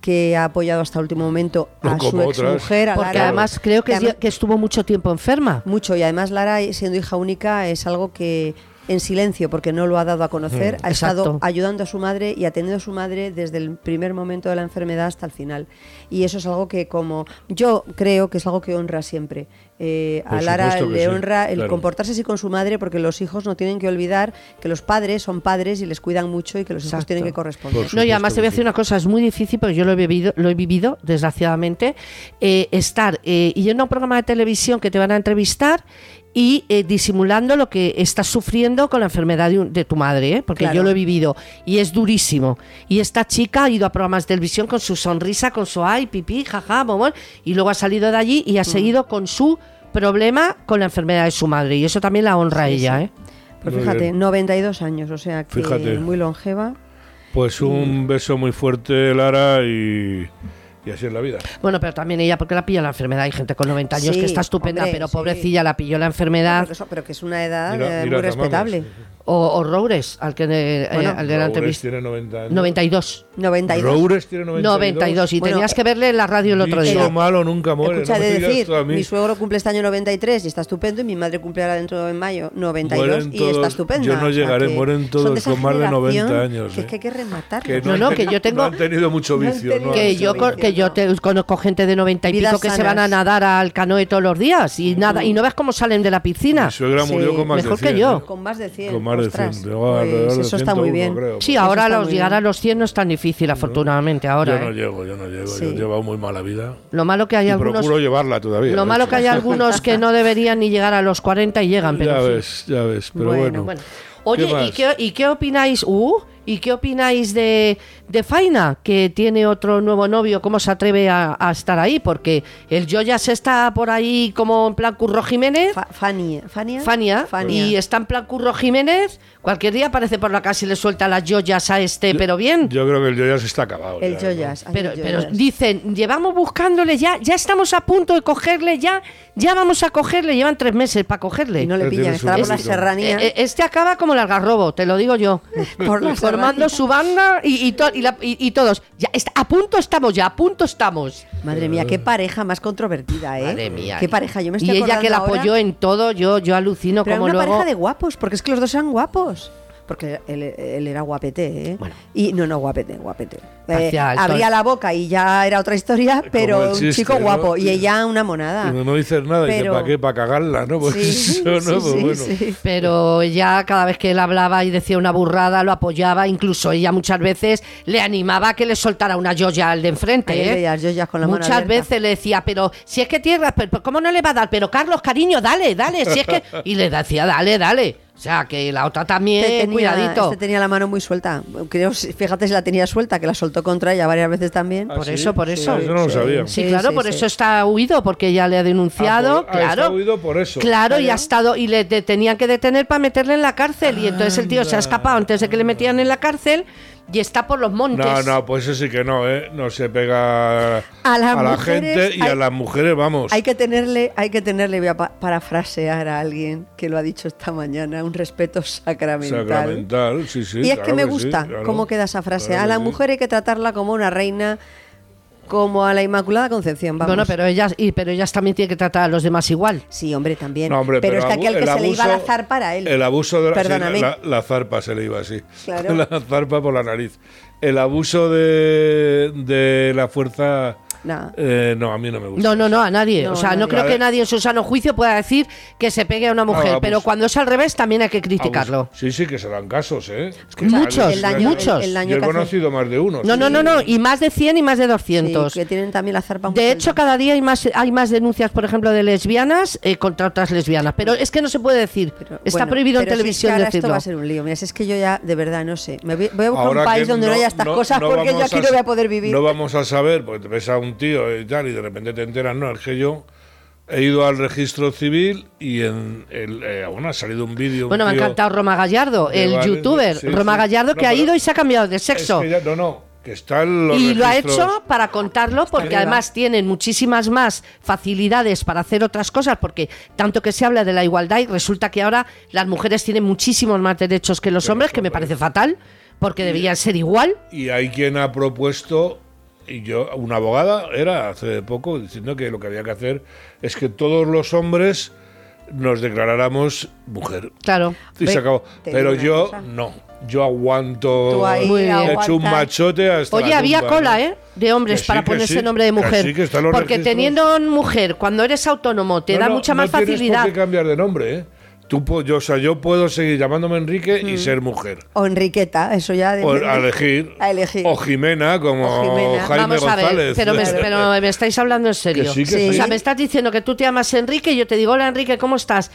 Speaker 3: que ha apoyado hasta el último momento
Speaker 1: No
Speaker 3: a su
Speaker 1: como otras.
Speaker 3: exmujer, a
Speaker 2: Porque
Speaker 3: Lara.
Speaker 2: además creo que,
Speaker 3: Y además-
Speaker 2: que estuvo mucho tiempo enferma.
Speaker 3: mucho y además Lara siendo hija única es algo que en silencio porque no lo ha dado a conocer ha estado
Speaker 2: Mm, exacto.
Speaker 3: ayudando a su madre y atendiendo a su madre desde el primer momento de la enfermedad hasta el final y eso es algo que como yo creo que es algo que honra siempre Eh, a
Speaker 1: Por
Speaker 3: Lara
Speaker 1: supuesto que
Speaker 3: le
Speaker 1: sí,
Speaker 3: honra el
Speaker 1: claro.
Speaker 3: comportarse así con su madre porque los hijos no tienen que olvidar que los padres son padres y les cuidan mucho y que los hijos
Speaker 2: Exacto.
Speaker 3: tienen que corresponder
Speaker 1: Por
Speaker 2: No, y además
Speaker 1: supuesto
Speaker 2: te voy a
Speaker 1: que
Speaker 2: decir
Speaker 1: sí.
Speaker 2: una cosa, es muy difícil, porque yo lo he vivido, lo he vivido desgraciadamente, eh, estar eh, yendo a un programa de televisión que te van a entrevistar y eh, disimulando lo que estás sufriendo con la enfermedad de, un- de tu madre, ¿eh? porque
Speaker 3: Claro.
Speaker 2: yo lo he vivido y es durísimo. Y esta chica ha ido a programas de televisión con su sonrisa, con su ay, pipí, jaja, momón, y luego ha salido de allí y ha seguido con su problema con la enfermedad de su madre. Y eso también la honra a ella. ¿eh?
Speaker 3: pues
Speaker 1: Muy
Speaker 3: fíjate
Speaker 1: bien.
Speaker 3: 92 años o sea que
Speaker 1: Fíjate.
Speaker 3: muy longeva
Speaker 1: Pues un beso muy fuerte, Lara, y, y así es la vida.
Speaker 2: Bueno, pero también ella, porque la pilla la enfermedad. Hay gente con 90 años
Speaker 3: Sí,
Speaker 2: que está estupenda,
Speaker 3: hombre,
Speaker 2: pero
Speaker 3: sí.
Speaker 2: pobrecilla la pilló la enfermedad.
Speaker 3: pero que, eso- pero que es una edad
Speaker 1: Mira- mira,
Speaker 3: eh, muy
Speaker 1: la mamá,
Speaker 3: respetable
Speaker 1: sí, sí.
Speaker 2: O, o Roures, al que eh,
Speaker 3: Bueno,
Speaker 2: al de
Speaker 1: Roures
Speaker 2: la entrevista.
Speaker 1: tiene 90 años.
Speaker 2: 92.
Speaker 3: 92
Speaker 1: Roures tiene 92.
Speaker 2: 92. Y
Speaker 3: Bueno,
Speaker 2: tenías que verle en la radio el otro
Speaker 1: Dicho
Speaker 2: día.
Speaker 1: malo nunca muere.
Speaker 3: Escucha,
Speaker 1: no me
Speaker 3: de
Speaker 1: digas
Speaker 3: decir,
Speaker 1: tú a mí.
Speaker 3: mi suegro cumple este año 93 y está estupendo, y mi madre cumple ahora dentro de mayo 92
Speaker 1: Mueren
Speaker 3: y está
Speaker 1: todos,
Speaker 3: estupenda.
Speaker 1: yo no
Speaker 3: O sea
Speaker 1: llegaré,
Speaker 3: que
Speaker 1: mueren
Speaker 3: son
Speaker 1: todos
Speaker 3: de esa
Speaker 1: con más de 90
Speaker 3: generación
Speaker 1: años,
Speaker 3: que es
Speaker 1: eh.
Speaker 3: que hay que rematarlo.
Speaker 1: Que
Speaker 2: No,
Speaker 1: han
Speaker 2: no,
Speaker 1: teni-
Speaker 2: que yo tengo-
Speaker 1: no han tenido mucho
Speaker 3: No han
Speaker 1: vicio.
Speaker 3: tenido
Speaker 1: no
Speaker 2: Que
Speaker 1: han
Speaker 2: yo,
Speaker 1: tenido
Speaker 2: co- que yo te, conozco gente de 90 y
Speaker 3: Vidas
Speaker 2: pico que se
Speaker 3: sanas.
Speaker 2: van a nadar al canoe todos los días y nada y no veas cómo salen de la piscina.
Speaker 1: Mi suegra murió
Speaker 3: Sí,
Speaker 1: con más
Speaker 2: mejor
Speaker 1: de
Speaker 2: que
Speaker 1: 100,
Speaker 2: yo.
Speaker 1: ¿eh?
Speaker 3: Con más de 100.
Speaker 1: Con más de
Speaker 3: ostras,
Speaker 1: 100, tengo alrededor
Speaker 3: pues
Speaker 1: de
Speaker 3: eso está muy
Speaker 1: 101,
Speaker 3: bien.
Speaker 1: creo. pues
Speaker 2: Sí,
Speaker 1: Eso
Speaker 2: ahora
Speaker 3: está
Speaker 2: los
Speaker 3: muy
Speaker 2: llegar
Speaker 3: bien.
Speaker 2: a los 100 no es tan difícil, afortunadamente, ahora.
Speaker 1: yo no
Speaker 2: ¿eh?
Speaker 1: llego, yo no llego.
Speaker 3: Sí.
Speaker 1: Yo he llevado muy mala vida.
Speaker 2: Lo malo que hay
Speaker 1: y
Speaker 2: algunos
Speaker 1: procuro llevarla todavía. ¿eh?
Speaker 2: lo
Speaker 1: de
Speaker 2: malo
Speaker 1: hecho.
Speaker 2: que hay algunos que no deberían ni llegar a los 40 y llegan, pero
Speaker 1: Ya
Speaker 2: en fin.
Speaker 1: ves, ya ves. Pero
Speaker 3: Bueno,
Speaker 1: bueno.
Speaker 2: Bueno. Oye,
Speaker 1: ¿Qué
Speaker 2: ¿y,
Speaker 1: más?
Speaker 2: qué, y qué opináis? Uh, ¿Y qué opináis de, de Faina, que tiene otro nuevo novio? ¿Cómo se atreve a, a estar ahí? Porque el Joyas está por ahí como en plan Curro Jiménez,
Speaker 3: Fa- Fania. Fania.
Speaker 2: Fania,
Speaker 3: Fania.
Speaker 2: y está en plan Curro Jiménez. Cualquier día aparece por la casa y le suelta las Joyas a este, pero bien.
Speaker 1: Yo creo que el Joyas está acabado. ya,
Speaker 3: el
Speaker 1: ¿no?
Speaker 3: Joyas. ay,
Speaker 2: Pero,
Speaker 3: el
Speaker 2: pero
Speaker 3: Joyas.
Speaker 2: dicen, llevamos buscándole ya, ya estamos a punto de cogerle, ya, ya vamos a cogerle, llevan tres meses para cogerle.
Speaker 3: Y no le
Speaker 1: Pero
Speaker 3: pillan,
Speaker 1: tiene su
Speaker 3: estará por la
Speaker 1: público.
Speaker 3: serranía.
Speaker 2: Eh, eh, Este acaba como el algarrobo, te lo digo yo.
Speaker 3: Por la serranía.
Speaker 2: Formando su banda y, y to- y la- y- y todos. Ya está- a punto estamos, ya, a punto estamos.
Speaker 3: Madre mía, qué pareja más controvertida, ¿eh?
Speaker 2: Madre mía.
Speaker 3: Qué pareja, yo me
Speaker 2: Y
Speaker 3: estoy
Speaker 2: ella que la
Speaker 3: acordando ahora-
Speaker 2: apoyó en todo, yo, yo alucino
Speaker 3: Pero era
Speaker 2: como
Speaker 3: una
Speaker 2: luego.
Speaker 3: pareja de guapos, porque es que los dos eran guapos. Porque él, él era guapete, ¿eh?
Speaker 2: Bueno.
Speaker 3: Y no, no, guapete, guapete. Eh,
Speaker 2: Hacia el
Speaker 3: abría
Speaker 2: tol-
Speaker 3: la boca y ya era otra historia,
Speaker 1: el
Speaker 3: pero un
Speaker 1: chiste,
Speaker 3: chico
Speaker 1: ¿no?
Speaker 3: guapo. Y
Speaker 1: Sí.
Speaker 3: ella una monada.
Speaker 1: Y no, no dices nada, y dice,
Speaker 3: Pero-
Speaker 1: ¿para qué? ¿Para cagarla? ¿no? Pues
Speaker 3: Sí,
Speaker 1: eso, ¿no?
Speaker 3: sí,
Speaker 1: Pues
Speaker 3: sí,
Speaker 1: bueno.
Speaker 3: sí.
Speaker 2: Pero ya cada vez que él hablaba y decía una burrada, lo apoyaba, incluso ella muchas veces le animaba a que le soltara una joya al de enfrente.
Speaker 3: Ahí
Speaker 2: ¿eh?
Speaker 3: veías joyas con la mano
Speaker 2: muchas
Speaker 3: abierta.
Speaker 2: veces le decía, pero si es que tierras, pero ¿cómo no le va a dar? Pero Carlos, cariño, dale, dale, si es que... Y le decía, dale, dale. O sea, que la otra también,
Speaker 3: Este tenía,
Speaker 2: cuidadito.
Speaker 3: este tenía la mano muy suelta. Creo, si- fíjate si la tenía suelta, que la soltó contra ella varias veces también.
Speaker 1: Ah,
Speaker 2: Por
Speaker 1: sí?
Speaker 2: eso, por
Speaker 1: Sí,
Speaker 2: eso.
Speaker 1: eso no lo
Speaker 3: Sí,
Speaker 1: sabía.
Speaker 2: Sí,
Speaker 3: Sí,
Speaker 2: claro,
Speaker 3: sí,
Speaker 2: por
Speaker 3: sí.
Speaker 2: eso está huido, porque ya le ha denunciado,
Speaker 1: Ah, por- ah,
Speaker 2: claro.
Speaker 1: está huido por eso.
Speaker 2: Claro, y ha estado, y le te- tenían que detener para meterle en la cárcel, y entonces el tío se ha
Speaker 1: Anda.
Speaker 2: escapado antes de que le metieran en la cárcel, y está por los montes.
Speaker 1: No, no, pues eso sí que no, ¿eh? No se pega
Speaker 3: A las
Speaker 1: la
Speaker 3: mujeres
Speaker 1: gente y
Speaker 3: hay-
Speaker 1: a las mujeres, vamos.
Speaker 3: Hay que tenerle, hay que tenerle, voy a pa- parafrasear a alguien que lo ha dicho esta mañana, un respeto sacramental.
Speaker 1: Sacramental, sí, sí.
Speaker 3: y es que
Speaker 1: claro
Speaker 3: me
Speaker 1: sí,
Speaker 3: gusta
Speaker 1: claro.
Speaker 3: cómo queda esa frase.
Speaker 1: Claro
Speaker 3: a la
Speaker 1: que sí.
Speaker 3: mujer hay que tratarla como una reina, como a la Inmaculada Concepción. Vamos.
Speaker 2: Bueno, pero ellas, y, pero ellas también tienen que tratar a los demás igual.
Speaker 3: Sí, hombre, también.
Speaker 1: No, hombre,
Speaker 3: pero, está
Speaker 1: abu-
Speaker 3: aquel que
Speaker 1: el
Speaker 3: se le iba a
Speaker 1: abuso-
Speaker 3: la zarpa para él.
Speaker 1: El abuso de la, sí,
Speaker 3: Perdóname.
Speaker 1: la, la zarpa se le iba así.
Speaker 3: Claro.
Speaker 1: La zarpa por la nariz. El abuso de, de la fuerza.
Speaker 3: No.
Speaker 1: eh, no, a mí no me gusta.
Speaker 2: No, no, no, a nadie.
Speaker 3: No,
Speaker 2: o sea, no
Speaker 3: nadie.
Speaker 2: creo
Speaker 1: Claro.
Speaker 2: que nadie en su sano juicio pueda decir que se pegue a una mujer,
Speaker 1: abuso.
Speaker 2: pero cuando es al revés también hay que criticarlo.
Speaker 1: Abuso. Sí, sí, que se dan casos, ¿eh? Es que
Speaker 2: Muchos,
Speaker 1: salen-
Speaker 2: el daño-
Speaker 1: salen-
Speaker 2: el- el
Speaker 3: daño
Speaker 1: Yo he
Speaker 3: que hace.
Speaker 1: conocido más de uno.
Speaker 2: No,
Speaker 1: sí.
Speaker 2: no, no, no, y más de 100 y más de
Speaker 3: Sí,
Speaker 2: 200.
Speaker 3: que tienen también la zarpa muy
Speaker 2: De hecho,
Speaker 3: suelta.
Speaker 2: cada día hay más, hay más denuncias, por ejemplo, de lesbianas eh, contra otras lesbianas. Pero es que no se puede decir.
Speaker 3: Pero,
Speaker 2: Está
Speaker 3: bueno,
Speaker 2: prohibido en
Speaker 3: pero si es que
Speaker 2: televisión
Speaker 3: ahora
Speaker 2: decirlo.
Speaker 3: Esto va a ser un lío. Mira, si es que yo ya, de verdad, no sé. Me voy, voy a buscar
Speaker 1: Ahora
Speaker 3: un
Speaker 1: que
Speaker 3: país donde no, haya estas
Speaker 1: no-
Speaker 3: cosas
Speaker 1: no
Speaker 3: porque yo
Speaker 1: vamos
Speaker 3: aquí no voy a poder vivir.
Speaker 1: No vamos a saber, porque te ves a un tío y tal, y de repente te enteras, no, es que yo he ido al registro civil y en el, eh, bueno, ha salido un vídeo. un
Speaker 2: Bueno, me ha
Speaker 1: tío-
Speaker 2: encantado Roma Gallardo,
Speaker 1: de
Speaker 2: el
Speaker 1: Valen-
Speaker 2: youtuber.
Speaker 1: sí,
Speaker 2: Roma
Speaker 1: sí.
Speaker 2: Gallardo
Speaker 1: No,
Speaker 2: que ha
Speaker 1: pero
Speaker 2: ido y se ha cambiado de sexo.
Speaker 1: Es que ya- no, no, que está en los
Speaker 2: y lo ha
Speaker 1: registros.
Speaker 2: hecho para contarlo porque
Speaker 3: arriba.
Speaker 2: además tienen muchísimas más facilidades para hacer otras cosas porque tanto que se habla de la igualdad y resulta que ahora las mujeres tienen muchísimos más derechos que los
Speaker 1: Que los
Speaker 2: hombres, que me
Speaker 1: hombres.
Speaker 2: parece fatal porque debían ser igual.
Speaker 1: Y hay quien ha propuesto, y yo, una abogada era hace poco, diciendo que lo que había que hacer es que todos los hombres nos declaráramos mujer.
Speaker 2: Claro.
Speaker 1: Y
Speaker 3: Ve,
Speaker 1: se acabó.
Speaker 3: te digo
Speaker 1: Pero
Speaker 3: una
Speaker 1: yo
Speaker 3: cosa.
Speaker 1: no. Yo aguanto.
Speaker 3: Tú ahí
Speaker 2: Muy bien.
Speaker 1: He hecho un
Speaker 3: aguantas.
Speaker 1: machote hasta.
Speaker 2: Oye,
Speaker 1: la
Speaker 2: había
Speaker 1: tumba,
Speaker 2: cola,
Speaker 1: ¿no?
Speaker 2: ¿eh? De hombres
Speaker 1: Que sí,
Speaker 2: para
Speaker 1: que
Speaker 2: ponerse
Speaker 1: sí,
Speaker 2: nombre de
Speaker 1: que
Speaker 2: mujer.
Speaker 1: sí, que están los
Speaker 2: Porque
Speaker 1: registros.
Speaker 2: teniendo mujer, cuando eres autónomo, te
Speaker 1: No,
Speaker 2: da
Speaker 1: no,
Speaker 2: mucha
Speaker 1: no
Speaker 2: más
Speaker 1: tienes
Speaker 2: facilidad.
Speaker 1: por qué cambiar de nombre, ¿eh? Tú, po- yo, o sea, yo puedo seguir llamándome Enrique
Speaker 3: Mm.
Speaker 1: y ser mujer.
Speaker 3: O Enriqueta, eso ya.
Speaker 1: O
Speaker 3: depende.
Speaker 1: a elegir.
Speaker 3: A elegir.
Speaker 1: O Jimena, como
Speaker 3: O Jimena.
Speaker 1: Jaime
Speaker 2: Vamos a
Speaker 1: González. ¿eh?
Speaker 2: ver, pero me, pero me estáis hablando en serio.
Speaker 1: Que sí, que
Speaker 3: Sí.
Speaker 2: O sea,
Speaker 3: sí.
Speaker 2: me estás diciendo que tú te llamas Enrique y yo te digo, hola Enrique, ¿cómo estás?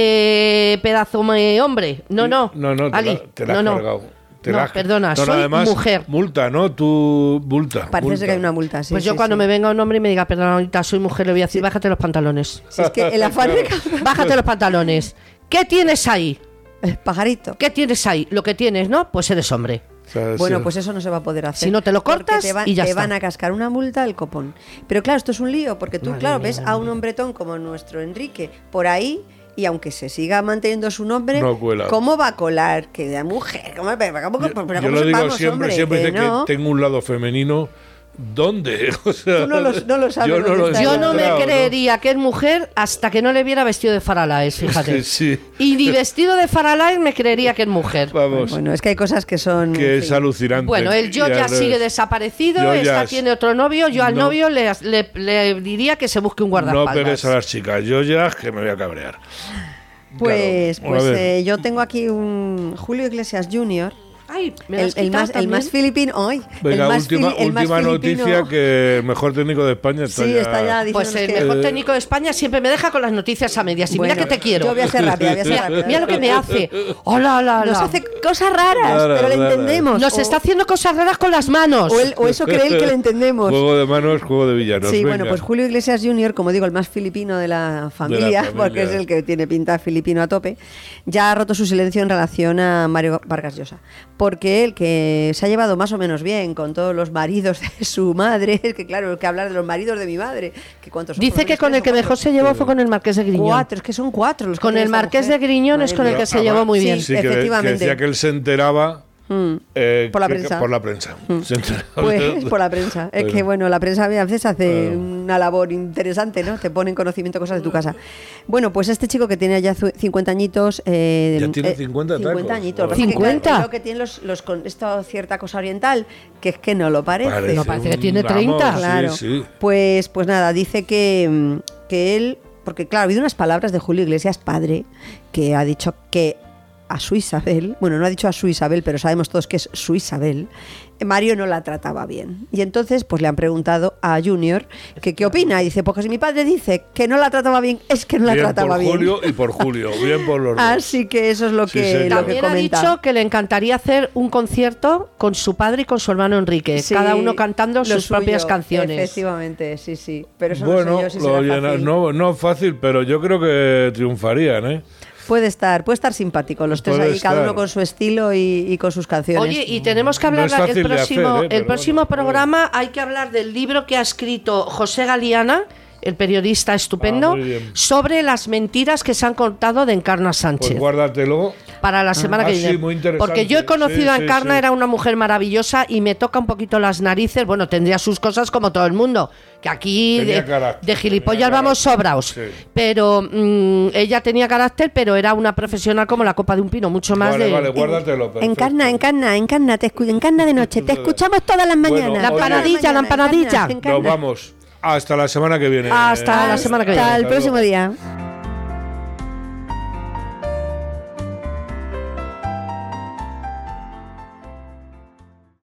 Speaker 2: Eh, pedazo de hombre. No, no.
Speaker 1: No, no, te
Speaker 2: Ali,
Speaker 1: la, te la
Speaker 2: no,
Speaker 1: has
Speaker 2: no.
Speaker 1: cargado. Te
Speaker 2: No,
Speaker 1: la has-
Speaker 2: perdona,
Speaker 1: No, no,
Speaker 2: soy
Speaker 1: además,
Speaker 2: mujer.
Speaker 1: Multa, ¿no? Tú, multa.
Speaker 3: Parece
Speaker 1: multa.
Speaker 3: que hay una multa. sí,
Speaker 2: pues yo
Speaker 3: sí,
Speaker 2: cuando
Speaker 3: sí.
Speaker 2: me venga un hombre y me diga, perdona, ahorita soy mujer, le voy a decir, bájate los pantalones.
Speaker 3: Si es que el afán de
Speaker 1: Claro.
Speaker 2: Bájate los pantalones. ¿Qué tienes ahí?
Speaker 3: El pajarito.
Speaker 2: ¿Qué tienes ahí? Lo que tienes, ¿no? Pues eres hombre.
Speaker 1: O sea,
Speaker 3: Bueno,
Speaker 1: sí.
Speaker 3: pues eso no se va a poder hacer.
Speaker 2: Si no te lo
Speaker 3: Porque
Speaker 2: cortas
Speaker 3: te van,
Speaker 2: y ya
Speaker 3: te
Speaker 2: está.
Speaker 3: van a cascar una multa al copón. Pero claro, esto es un lío, porque tú,
Speaker 2: Madre
Speaker 3: claro,
Speaker 2: mía,
Speaker 3: ves a
Speaker 2: madre
Speaker 3: un hombretón como nuestro Enrique por ahí. Y aunque se siga manteniendo su nombre,
Speaker 1: No cuela.
Speaker 3: ¿cómo va a colar? Que de mujer. ¿Cómo, pero ¿cómo-
Speaker 1: Yo-
Speaker 3: pero
Speaker 1: yo,
Speaker 3: cómo
Speaker 1: lo
Speaker 3: se-
Speaker 1: digo
Speaker 3: vamos,
Speaker 1: siempre,
Speaker 3: hombre,
Speaker 1: siempre
Speaker 3: que
Speaker 1: dice
Speaker 3: no?
Speaker 1: que tengo un lado femenino. ¿Dónde? O sea,
Speaker 3: Tú no lo- no lo sabes
Speaker 1: Yo no,
Speaker 3: dónde
Speaker 1: lo he
Speaker 3: está
Speaker 2: Yo no me
Speaker 1: encontrado,
Speaker 2: creería que es mujer hasta que no le viera vestido de Faralaes, fíjate.
Speaker 1: que sí.
Speaker 2: Y ni vestido de Faralaes me creería que es mujer.
Speaker 1: Vamos,
Speaker 3: Bueno, es que hay cosas que son.
Speaker 1: que
Speaker 3: en
Speaker 1: es
Speaker 3: fin.
Speaker 1: alucinante.
Speaker 2: Bueno, el yo
Speaker 1: Y
Speaker 2: ya
Speaker 1: al
Speaker 2: sigue
Speaker 1: revés.
Speaker 2: desaparecido,
Speaker 1: Yo
Speaker 2: esta
Speaker 1: ya es-
Speaker 2: tiene otro novio, yo al
Speaker 1: No.
Speaker 2: novio le, le- le diría que se busque un
Speaker 1: No
Speaker 2: guardaespaldas.
Speaker 1: pegues a las chicas. Yo ya que me voy a cabrear.
Speaker 3: Pues,
Speaker 1: Claro, a
Speaker 3: pues
Speaker 1: ver.
Speaker 3: eh, yo tengo aquí un Julio Iglesias Jr.,
Speaker 2: Ay, ¿me lo
Speaker 3: el,
Speaker 2: has
Speaker 3: el
Speaker 2: quitado
Speaker 3: más, el más
Speaker 2: también?
Speaker 3: filipino. ¡Ay!
Speaker 1: Venga,
Speaker 3: el más
Speaker 1: última,
Speaker 3: fili- el más
Speaker 1: última
Speaker 3: filipino.
Speaker 1: noticia que el mejor técnico de España está
Speaker 3: Sí,
Speaker 1: ya...
Speaker 3: está ya diciendo
Speaker 2: Pues el
Speaker 3: que-
Speaker 1: Eh,
Speaker 2: mejor técnico de España siempre me deja con las noticias a medias. Y mira
Speaker 3: Bueno,
Speaker 2: que te quiero.
Speaker 3: Yo voy a ser rápida, voy a ser
Speaker 2: mira,
Speaker 3: rápida.
Speaker 2: mira lo que me hace. Hola, hola, hola.
Speaker 3: Ah, Nos hace cosas raras,
Speaker 1: Rara,
Speaker 3: pero le
Speaker 1: rara.
Speaker 3: entendemos.
Speaker 2: Nos
Speaker 3: O-
Speaker 2: está haciendo cosas raras con las manos.
Speaker 3: o, él- o eso cree él que le entendemos.
Speaker 1: Juego de manos, juego de villanos.
Speaker 3: Sí,
Speaker 1: Venga.
Speaker 3: bueno, pues Julio Iglesias Jr., como digo, el más filipino de la, familia,
Speaker 1: familia.
Speaker 3: porque es el que tiene pinta de filipino a tope, ya ha roto su silencio en relación a Mario Vargas Llosa. Porque él, que se ha llevado más o menos bien con todos los maridos de su madre, es que claro, que hablar de los maridos de mi madre, que cuántos son, por
Speaker 2: Dice
Speaker 3: lo
Speaker 2: que
Speaker 3: menos
Speaker 2: con
Speaker 3: tres
Speaker 2: el que
Speaker 3: o
Speaker 2: mejor se llevó fue con el Marqués de
Speaker 3: cuatro.
Speaker 2: Griñón.
Speaker 3: Cuatro, es que son cuatro los que
Speaker 2: Con
Speaker 3: tiene
Speaker 2: el
Speaker 3: esta
Speaker 2: Marqués
Speaker 3: mujer.
Speaker 2: de Griñón es
Speaker 3: Madre
Speaker 2: con el
Speaker 3: mía.
Speaker 2: que se llevó muy
Speaker 3: Sí,
Speaker 2: bien.
Speaker 1: Ah, Sí, que- que
Speaker 3: efectivamente.
Speaker 1: decía que él se enteraba
Speaker 3: Mm.
Speaker 1: eh,
Speaker 3: Por la
Speaker 1: que- que-
Speaker 3: prensa. Hmm.
Speaker 1: por la prensa.
Speaker 3: Pues por la prensa. Es que bueno, la prensa a veces hace una labor interesante, ¿no? Te pone en conocimiento cosas de tu casa. Bueno, pues este chico que tiene ya zu- 50 añitos. eh,
Speaker 1: Ya tiene
Speaker 3: eh,
Speaker 1: 50 tacos.
Speaker 3: añitos. Lo que pasa es que, claro,
Speaker 2: 50.
Speaker 3: creo que tiene los, los con esta cierta cosa oriental, que es que no lo parece.
Speaker 2: No, parece que
Speaker 1: un-
Speaker 2: tiene
Speaker 1: vamos,
Speaker 2: 30.
Speaker 1: sí,
Speaker 3: Claro.
Speaker 1: sí.
Speaker 3: Pues, pues nada, dice que, mm, que él, porque claro, ha habido unas palabras de Julio Iglesias, padre, que ha dicho que a su Isabel, bueno, no ha dicho a su Isabel, pero sabemos todos que es su Isabel, eh, Mario no la trataba bien. Y entonces, pues le han preguntado a Junior que qué opina. Y dice, pues que si mi padre dice que no la trataba bien, es que no la
Speaker 1: Bien
Speaker 3: trataba
Speaker 1: por
Speaker 3: bien. Ah,
Speaker 1: Julio y por Julio. Bien por los dos.
Speaker 3: Así que eso es lo
Speaker 1: Sí,
Speaker 3: que,
Speaker 1: señor.
Speaker 3: lo que
Speaker 2: También ha
Speaker 3: comenta.
Speaker 2: dicho que le encantaría hacer un concierto con su padre y con su hermano Enrique,
Speaker 3: Sí,
Speaker 2: cada uno cantando
Speaker 3: lo
Speaker 2: sus
Speaker 3: suyo,
Speaker 2: propias canciones.
Speaker 3: Efectivamente, sí, sí. Pero eso
Speaker 1: bueno,
Speaker 3: no sé yo si
Speaker 1: lo
Speaker 3: será
Speaker 1: llena-
Speaker 3: fácil.
Speaker 1: No, no fácil, pero yo creo que triunfarían, ¿eh?
Speaker 3: Puede estar, puede estar simpático los tres
Speaker 1: Puede
Speaker 3: ahí, cada
Speaker 1: estar.
Speaker 3: uno con su estilo y, y con sus canciones.
Speaker 2: Oye, y tenemos que
Speaker 1: No
Speaker 2: hablar
Speaker 1: es fácil
Speaker 2: el
Speaker 1: de hacer,
Speaker 2: próximo,
Speaker 1: ¿eh?
Speaker 2: el
Speaker 1: Pero
Speaker 2: próximo
Speaker 1: bueno,
Speaker 2: programa hay que hablar del libro que ha escrito José Galiana, el periodista
Speaker 1: Ah,
Speaker 2: estupendo,
Speaker 1: muy bien.
Speaker 2: sobre las mentiras que se han contado de Encarna
Speaker 1: Pues
Speaker 2: Sánchez.
Speaker 1: guárdatelo.
Speaker 2: para la semana
Speaker 1: Ah,
Speaker 2: que
Speaker 1: sí,
Speaker 2: viene.
Speaker 1: muy interesante.
Speaker 2: Porque yo he conocido
Speaker 1: Sí,
Speaker 2: a
Speaker 1: sí,
Speaker 2: Encarna,
Speaker 1: sí.
Speaker 2: era una mujer maravillosa y me toca un poquito las narices. Bueno, tendría sus cosas como todo el mundo. Que aquí
Speaker 1: Tenía
Speaker 2: de,
Speaker 1: carácter,
Speaker 2: de gilipollas
Speaker 1: tenía
Speaker 2: vamos
Speaker 1: carácter,
Speaker 2: sobraos.
Speaker 1: sí.
Speaker 2: Pero mm, ella tenía carácter, pero era una profesional como la copa de un pino, mucho más
Speaker 1: Vale,
Speaker 2: de.
Speaker 1: vale, guárdatelo. perfecto.
Speaker 3: Encarna, encarna, encarna, te escu- encarna de noche, te escuchamos todas las
Speaker 1: Bueno,
Speaker 3: mañanas.
Speaker 1: La oye. empanadilla,
Speaker 2: la
Speaker 3: Encarna,
Speaker 2: empanadilla.
Speaker 3: encarna,
Speaker 1: Nos
Speaker 3: encarna.
Speaker 1: vamos. Hasta la semana que viene.
Speaker 2: Hasta la semana que viene.
Speaker 3: Hasta el
Speaker 1: Hasta luego.
Speaker 3: próximo día.